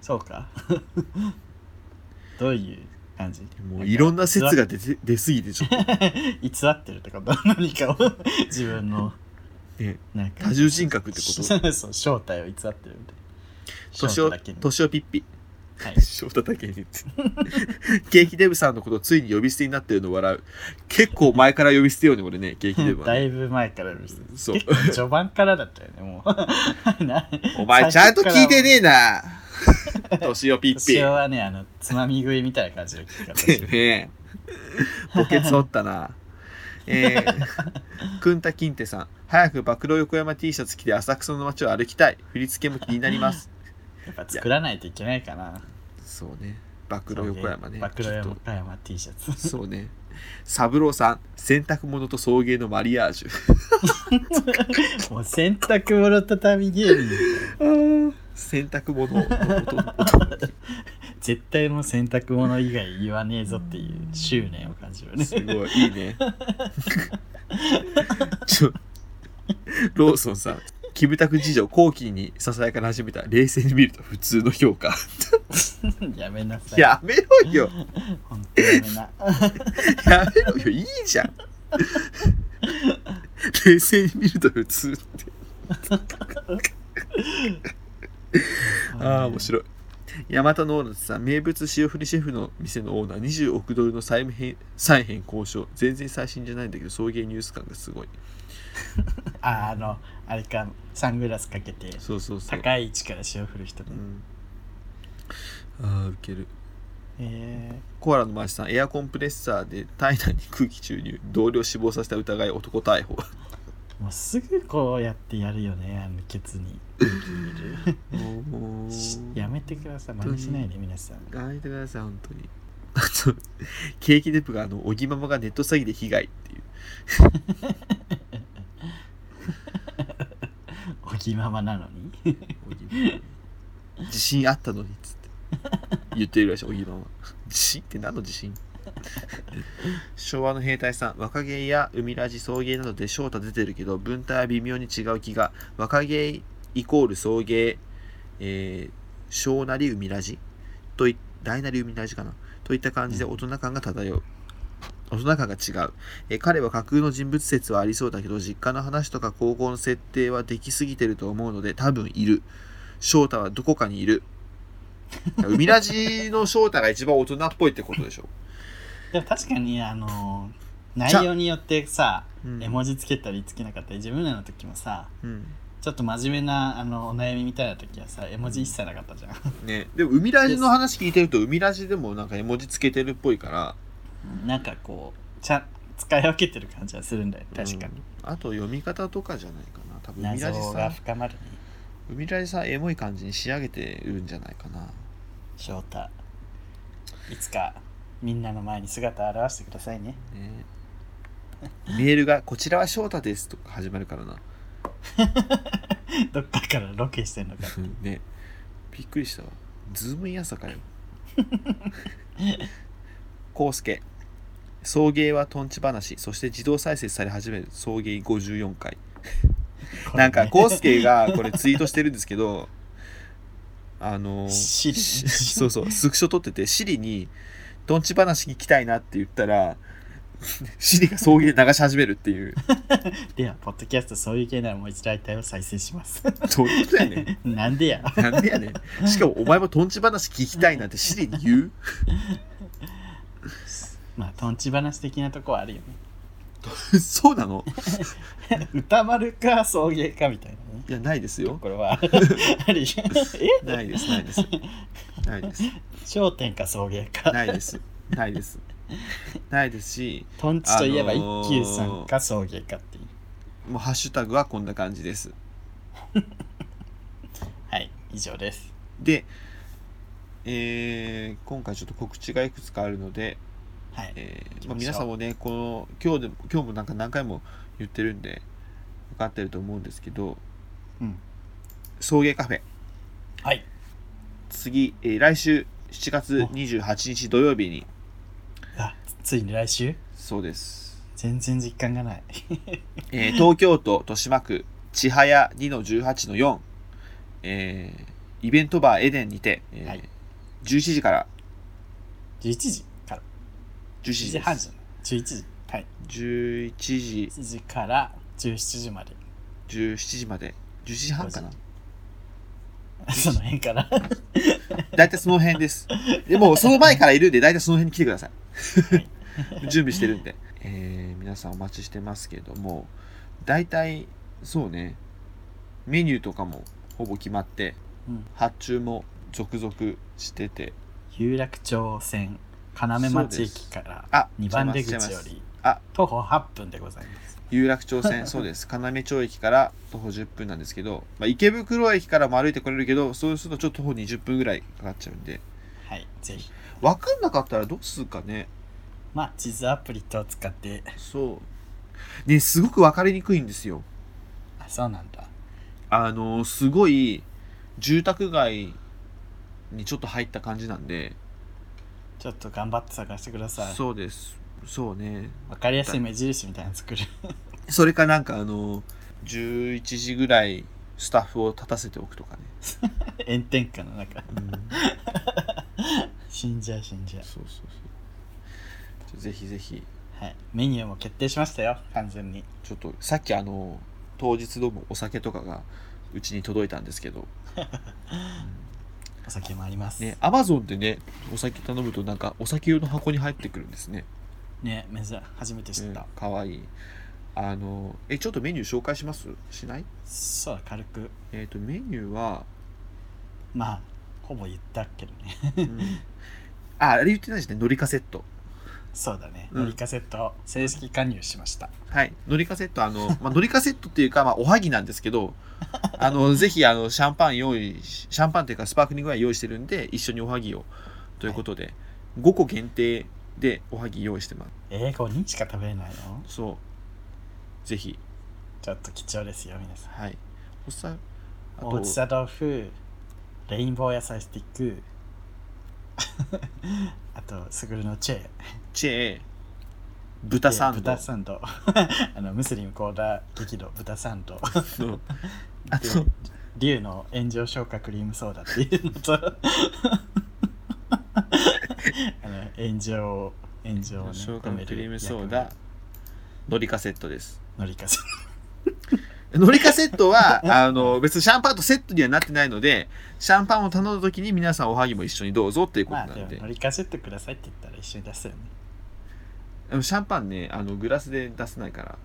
S2: そうか どういう感じ
S1: もういろんな説が出て出すぎてちょっと
S2: 偽ってるとか何かを 自分の
S1: ね
S2: なんか
S1: 多重人格ってこと
S2: と そう正体を偽ってるみたいな
S1: 年を
S2: 正体だけに
S1: 年をピッピ
S2: はい
S1: 翔太だけにって ケーキデブさんのことついに呼び捨てになってるの笑う結構前から呼び捨てよね俺ねケーキデブは
S2: だ
S1: ね
S2: いぶ前からです
S1: そう
S2: 結構序盤からだったよねもう な
S1: お前ちゃんと聞いてねえな年をピッピ
S2: 年をはねあのつまみ食いみたいな感じの聞き方して る
S1: ねえボケツおったな。えー、くんたきんてさん、早く暴露横山 T シャツ着て浅草の街を歩きたい。振り付けも気になり ます。
S2: やっぱ作らないといけないかな
S1: そうね、暴露横山ね。
S2: バクロ
S1: ちょ
S2: 横
S1: っ
S2: 山 T シャツ
S1: とそうね。三郎さん、洗濯物と送迎のマリアージュ。
S2: もう洗濯物畳ゲーム
S1: 洗濯物を
S2: 絶対もう洗濯物以外言わねえぞっていう執念を感じるね
S1: すごい、いいね。 ちょローソンさん、キムタク事情後期にささやかな始めた冷静に見ると普通の評価。
S2: やめなさい。
S1: やめろよ
S2: 本当やめ
S1: や
S2: な。
S1: めろよ、いいじゃん。冷静に見ると普通って。 ああ、面白い。ヤマタのオーナーさん、名物塩振りシェフの店のオーナー、20億ドルの債務返債変交渉。全然最新じゃないんだけど、送迎ニュース感がすごい。
S2: ああの、あれか、サングラスかけて、
S1: そうそうそう。
S2: 高い位置から塩振る人ね
S1: う。ん、ああ、ウケる。
S2: え
S1: コアラのマーチさんエアコンプレッサーで体内に空気注入同僚死亡させた疑い男逮捕
S2: ー、もうすぐこうやってやるよねあのケツにし やめてください真似しないで皆さん
S1: やめてください本当にあと ケーキデプがあのおぎママがネット詐欺で被害っていう
S2: おぎままなの に
S1: 自信あったのにっつって言ってるらしいおぎまま自信って何の自信昭和の兵隊さん若芸や海ラジ送迎などで翔太出てるけど文体は微妙に違う気が若芸イコール送迎、えー、小なり海ラジとい大なり海ラジかなといった感じで大人感が漂う大人感が違うえー彼は架空の人物説はありそうだけど実家の話とか高校の設定はできすぎてると思うので多分いる翔太はどこかにいる海ラジの翔太が一番大人っぽいってことでしょ、
S2: でも確かにあの内
S1: ちゃ
S2: 容によってさ
S1: うん
S2: 絵文字つけたりつけなかったり自分らの時もさ
S1: うん、
S2: ちょっと真面目なあのお悩みみたいな時はさ絵文字一切なかったじゃん、
S1: ねでも海ラジの話聞いてると海ラジでもなんか絵文字つけてるっぽいから
S2: なんかこうちゃん使い分けてる感じはするんだよ確か
S1: う
S2: に
S1: ん、あと読み方とかじゃないかな多分海ラジ
S2: 謎
S1: さ
S2: が
S1: ん
S2: 深まるね
S1: 海ラジさんエモい感じに仕上げてるんじゃないかな
S2: 翔太いつかみんなの前に姿を現してくださ いね
S1: ねメールが「こちらは翔太です」とか始まるからな、
S2: どっかからロケしてんのか
S1: ねびっくりしたわズームイン朝 かよ康介送迎はとんち話そして自動再生され始める送迎54回なんか
S2: こ
S1: 康 介がこれツイートしてるんですけどあの
S2: シリ
S1: しそうそうスクショ撮っててシリに「とんち話聞きたいな」って言ったらシリが送迎流し始めるっていう
S2: うではポッドキャストそういう系ならもう一度大体を再生します
S1: どういうことやねん
S2: なんでや
S1: なんでやねんしかもお前もとんち話聞きたいなんてシリに言う
S2: まあとんち話的なとこはあるよ
S1: そうなの
S2: ね歌丸か送迎かみたいなね
S1: いやないですよ
S2: これ はありえ
S1: ないですないですないです
S2: 商店か送迎か
S1: ないですないですないですし
S2: トンチといえば
S1: あ
S2: 一
S1: のー
S2: 休さんか送迎かっていう。
S1: もうハッシュタグはこんな感じです
S2: はい、以上です。
S1: で、えー今回ちょっと告知がいくつかあるので、
S2: はい。
S1: えー
S2: 行き
S1: まあ、
S2: ましょう
S1: 皆さんもねこの今日でも今日もなんか何回も言ってるんで分かってると思うんですけど
S2: うん。
S1: 送迎カフェ
S2: はい。
S1: 次、えー来週7月28日土曜日に
S2: あ、つついに来週
S1: そうです、
S2: 全然実感がない。
S1: えー東京都豊島区千早2-18-4、えーイベントバーエデンにて、えー
S2: はい
S1: 11時から
S2: 11時から。
S1: 17
S2: 1
S1: 時
S2: 時
S1: で
S2: 半
S1: す
S2: じゃない。11時。はい。
S1: 11時
S2: 1時から17時まで。
S1: 17時まで17時半かな
S2: その辺から。
S1: 大体その辺です。でもうその前からいるんで、大体その辺に来てください。 準備してるんで、えー皆さんお待ちしてますけれども、大体そうね、メニューとかもほぼ決まって、
S2: うん
S1: 発注も続々してて、
S2: 有楽町線、金目町駅から
S1: あ
S2: 2番出
S1: 違い
S2: 口
S1: ます
S2: より
S1: あ
S2: 徒歩8分でございます。
S1: 有楽町 線、そうです、要町駅から徒歩10分なんですけど、まあ、池袋駅からも歩いてこれるけど、そうするとちょっと徒歩20分ぐらいかかっちゃうんで、
S2: はい。ぜひ。
S1: 分かんなかったらどうするかね。
S2: まあ、地図アプリ等使って。
S1: そう。ね、すごく分かりにくいんですよ。
S2: あ、そうなんだ。
S1: あのすごい住宅街にちょっと入った感じなんで
S2: ちょっと頑張って探してください。
S1: そうですそうね
S2: わかりやすい目印みたいなの作る。
S1: それかなんかあの11時ぐらいスタッフを立たせておくとかね、
S2: 炎天下の中死んじゃう死んじゃ
S1: そうそうそうぜひぜひ
S2: うはいメニューも決定しましたよ完全に
S1: ちょっとさっきあの当日どうもお酒とかがうちに届いたんですけど
S2: お酒もあります
S1: ねアマゾンでねお酒頼むとなんかお酒用の箱に入ってくるんですね
S2: ね珍し初めて知った、
S1: うんかわいいあのえちょっとメニュー紹介しますしない
S2: そうだ軽く
S1: えっ、とメニューは、
S2: まあほぼ言ったけどね
S1: うんあ、あれ言ってないですね。ノリカセット。
S2: そうだね。
S1: うん
S2: ノリカセット、正式加入しました。
S1: はい。ノリカセット、あの、 まあ、ノリカセットっていうか、まあ、おはぎなんですけど、 あの、ぜひ、あの、シャンパン用意し、シャンパンっていうか、スパークリングワイン用意してるんで、一緒におはぎを。ということで、5個限定でおはぎ用意してま
S2: えー、5人しか食べれないの
S1: す。そう。ぜひ、
S2: ちょっと貴重ですよ、皆さん。
S1: はい。おさ、あ
S2: おう
S1: と、
S2: ちさ豆腐、レインボー野菜スティック、 あと、すぐるのチェー。
S1: チェー、豚サンド
S2: 豚。サンド。 あの、ムスリムコーダー激怒、豚サンド。
S1: うんあ
S2: で
S1: と、
S2: 竜の炎上消化クリームソーダっていうのと あの炎上炎上を、ね、
S1: 消化
S2: 止める
S1: クリームソー
S2: 役
S1: ダ
S2: 割、
S1: ノリカセットです。
S2: のりかせ
S1: ノリカセット は、あの、別にシャンパンとセットにはなってないので、シャンパンを頼んだ時に皆さんおはぎも一緒にどうぞっていうこと
S2: ま
S1: な
S2: あで
S1: ん
S2: も
S1: で。
S2: のりかせってくださいって言ったら一緒に出すよね
S1: でもシャンパンね、あの、グラスで出せないから。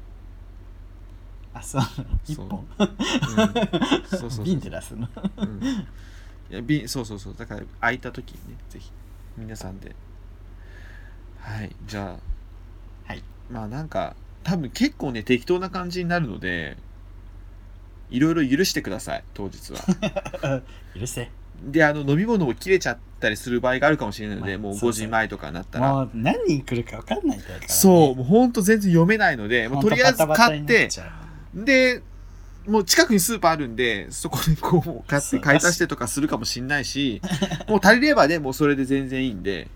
S2: あそう一
S1: そう
S2: 本
S1: うんそうそうそう
S2: 瓶で出すの
S1: うんいやびそうそうそう。だから、空いた時にね、ぜひ、皆さんで。はい、じゃあ。
S2: はい。
S1: まあなんか、多分結構ね、適当な感じになるので、いろいろ許してください、当日は。
S2: 許せ
S1: で、あの、飲み物も切れちゃったりする場合があるかもしれないので、
S2: まあ
S1: もう
S2: そう
S1: 5
S2: そう
S1: 時前とかになったら。
S2: もう何人来るか分かんないから、ね、
S1: そう、もうほんと全然読めないので、もうとりあえず
S2: ほんとバタバタ
S1: 買っ
S2: にな
S1: て
S2: ち、ゃう
S1: で、もう近くにスーパーあるんで、そこにこうもう買っ
S2: そ
S1: て
S2: う
S1: 買い足してとかするかもしんない し、もう足りればね、もうそれで全然いいんで、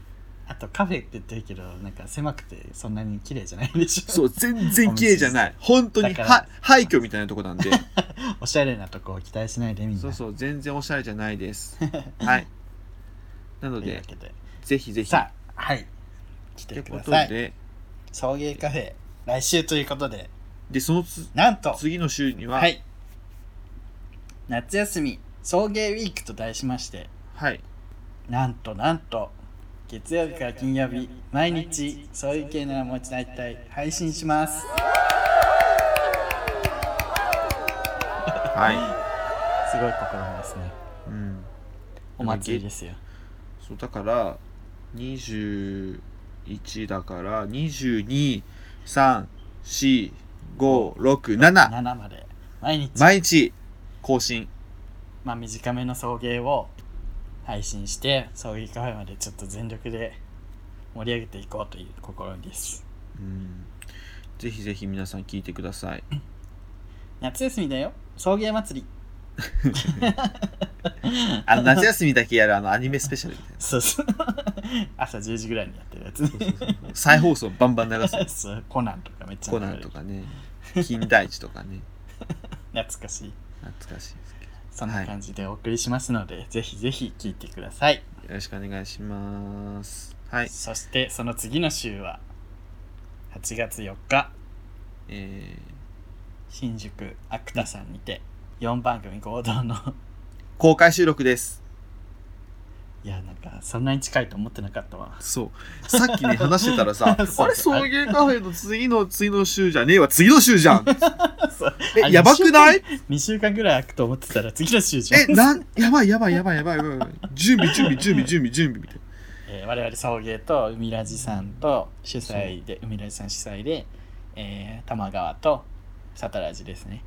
S2: あとカフェって言ってるけどなんか狭くてそんなに綺麗じゃないでしょ
S1: そう、全然綺麗じゃない。本当に
S2: だから
S1: は廃墟みたいなとこなんで、
S2: おしゃれなとこを期待しないでみんな
S1: そうそう、全然おしゃれじゃない です。はい。なの
S2: というわ
S1: で、
S2: けで
S1: ぜひぜひ。
S2: さあはい来
S1: と
S2: て
S1: いう
S2: く
S1: こ
S2: だ
S1: と
S2: さい
S1: で、
S2: 送迎カフェ来週ということで
S1: で、そのつ
S2: なんと
S1: 次の週には、
S2: は、い夏休み送迎ウィークと題しまして
S1: はい、
S2: なんとなんと月曜日から金曜日毎日そういう系なら持ち大体配信します
S1: は
S2: すごい心ですね
S1: い。うん
S2: お祭りですよ
S1: そうだから21だから2234567
S2: 7まで毎日
S1: 毎日更新
S2: まあ、短めの送迎を配信して送迎カフェまでちょっと全力で盛り上げていこうという試みです
S1: うんぜひぜひ皆さん聞いてくださ い
S2: 夏休みだよ送迎祭り
S1: あの夏休みだけやるあのアニメスペシャルみたい
S2: そうそう 朝10時ぐらいにやってるやつ
S1: な再放送バンバン流す
S2: そうコナンとかめっちゃ
S1: コ
S2: 流れ
S1: ナ
S2: る
S1: ンとかね金田一とかね
S2: 懐かしい
S1: 懐かしいですけど
S2: そんな感じでお送りしますので、ぜひぜひ聞いてください、
S1: よろしくお願いしますはい
S2: そしてその次の週は8月4日
S1: えー
S2: 新宿芥田さんにて4番組合同の
S1: 公開収録です
S2: いやなんかそんなに近いと思ってなかったわ
S1: そう。さっきね、話してたらさ、あれ、
S2: そう
S1: 送迎カフェの次の次の週じゃねえわ、次の週じゃ ん。え、やばくない
S2: 2週間ぐらい空くと思ってたら次の週じゃん
S1: え、なん、やばいやばいやばいやばいやばい。準備準備準備準備準備みたいな。
S2: えー我々送迎と海ラジさんと主催で海ラジさん主催で、えー、玉川とサタラジですね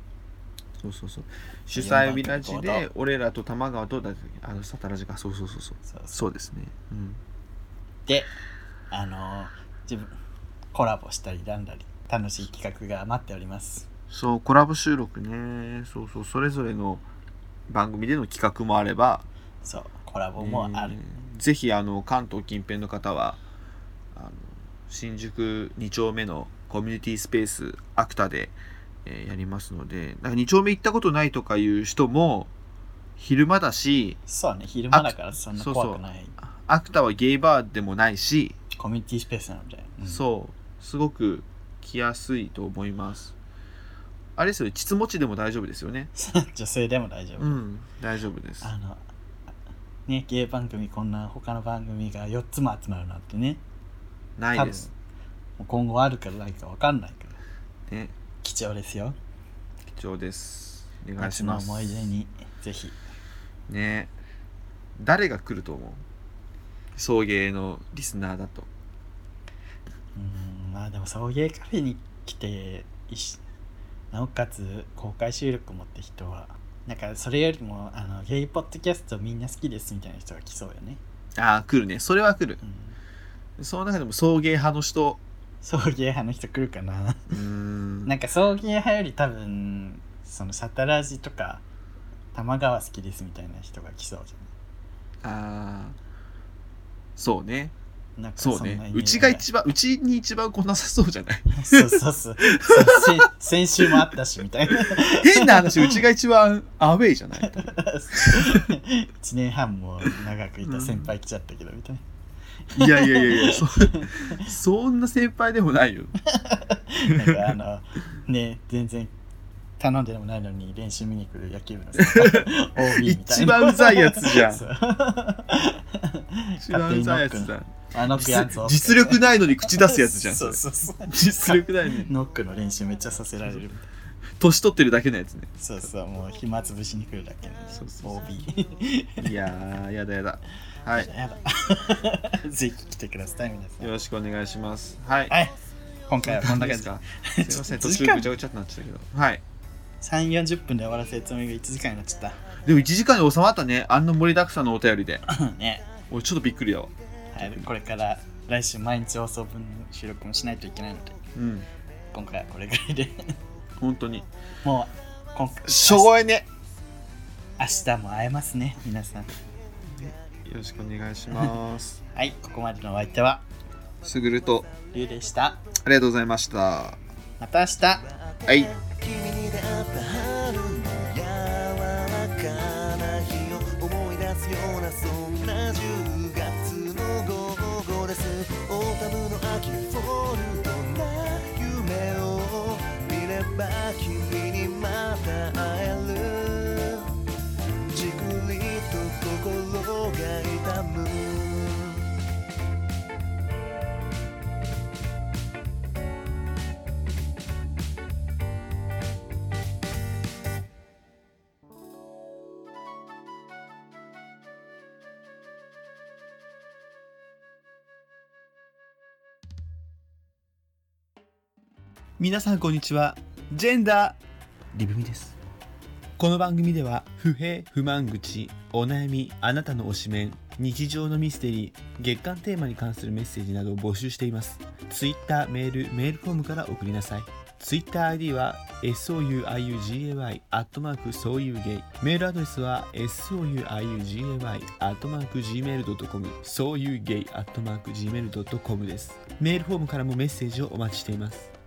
S1: そうそうそう。主催ビラジで、俺らと玉川とだっけ、あの、サタラジか、そうそうそうそう。
S2: そう
S1: そうですね。うん。
S2: であのー自分コラボしたりなんだり楽しい企画が待っております
S1: そう、コラボ収録ね。そうそう、それぞれの番組での企画もあれば、
S2: そうコラボもある、
S1: えーぜひあの関東近辺の方はあの新宿2丁目のコミュニティスペースアクタで、えーやりますのでなんか2丁目行ったことないとかいう人も昼間だし
S2: そうね昼間だからそんな
S1: そう
S2: 怖
S1: そう
S2: くない
S1: アクタはゲイバーでもないし、
S2: コミュニティスペースなので、うん
S1: そうすごく来やすいと思いますあれですよね膣持ちでも大丈夫ですよね
S2: 女性でも大丈夫、
S1: うん大丈夫です
S2: あのね芸番組こんな他の番組が4つも集まるなんてね
S1: ないです、
S2: もう今後あるかないか分かんないから
S1: ね、
S2: 貴重ですよ
S1: 貴重ですお願いし
S2: 夏の
S1: ます
S2: 思い出にぜひ
S1: ね誰が来ると思う送迎のリスナーだと
S2: うんまあでも送迎カフェに来ていしなおかつ公開収録もって人はなんかそれよりもあのゲイポッドキャストみんな好きですみたいな人が来そうよね、
S1: ああ来るねそれは来る
S2: うん、
S1: その中でも送迎派の人
S2: 送迎派の人来るかな
S1: うーん
S2: なんか送迎派より多分そのサタラジとか玉川好きですみたいな人が来そうじゃ
S1: あーそうね
S2: ないなんか
S1: そうん
S2: なイメ
S1: ね
S2: ージ
S1: うちが一番うちに一番来なさそうじゃない
S2: そうそうそう。せ先週もあったし、みたいな。
S1: 変な話うちが一番アウェイじゃない
S2: 1年 半も長くいた先輩来ちゃったけど、みたいな。
S1: いやいやいやいやそそんな先輩でもないよ
S2: なんかあの、ね、全然頼んでもないのに練習見に来る野球部のさ OB みた
S1: 一
S2: いな。
S1: 番うざいやつじゃん
S2: そう
S1: 一番うざいやつだ
S2: あのやつ
S1: 実実力ないのに口出すやつじゃん
S2: そ
S1: そうれ
S2: そうそう。
S1: 実力ないのに
S2: ノックの練習めっちゃさせられる。
S1: 年取ってるだけのやつね
S2: そうそう、もう暇つぶしに来るだけの
S1: そうそう
S2: OB。
S1: いやーやだやだはい
S2: やだ。 ぜひ来てください、皆さん
S1: よ。ろしくお願いしますはい
S2: はい。今回はこ
S1: こ
S2: ん
S1: ん
S2: な
S1: だけ
S2: 感
S1: で
S2: じ
S1: すか
S2: か。
S1: すい ません途
S2: 時
S1: 中
S2: 間
S1: ぐちゃぐちゃってなっちゃったけどはい
S2: 3、40分で終わらせるつもりが1時間になっちゃっ
S1: でも1時間に収まったねあんな盛りだくさんのお便りで
S2: た。ね。
S1: 俺ちょっとびっくりだわ
S2: はい。これから来週毎日放送分の収録もしないといけないので、
S1: うん
S2: 今回はこれぐらいで。
S1: 本当に
S2: もう、今回、
S1: しょぼいね
S2: 明日も会えますね、皆さん。
S1: よろしくお願いします
S2: はい。ここまでのお相手は、
S1: すぐると
S2: りゅうでした。
S1: ありがとうございました
S2: また明日。
S1: はい
S5: 君に出会った春の柔らかな日を思い出すようなそんな10月の午後ですオータムの秋フォルトな夢を見れば君にまた会えるじくりと心が痛む
S1: 皆さんこんにちはジェンダーリブミですこの番組では不平不満口お悩みあなたの推しメン日常のミステリー月間テーマに関するメッセージなどを募集していますツイッターメールメールフォームから送りなさいツイッター ID は souiugay アットマークそういうゲイメールアドレスは souiugay アットマーク gmail.com そういうゲイアットマーク gmail.com ですメールフォームからもメッセージをお待ちしています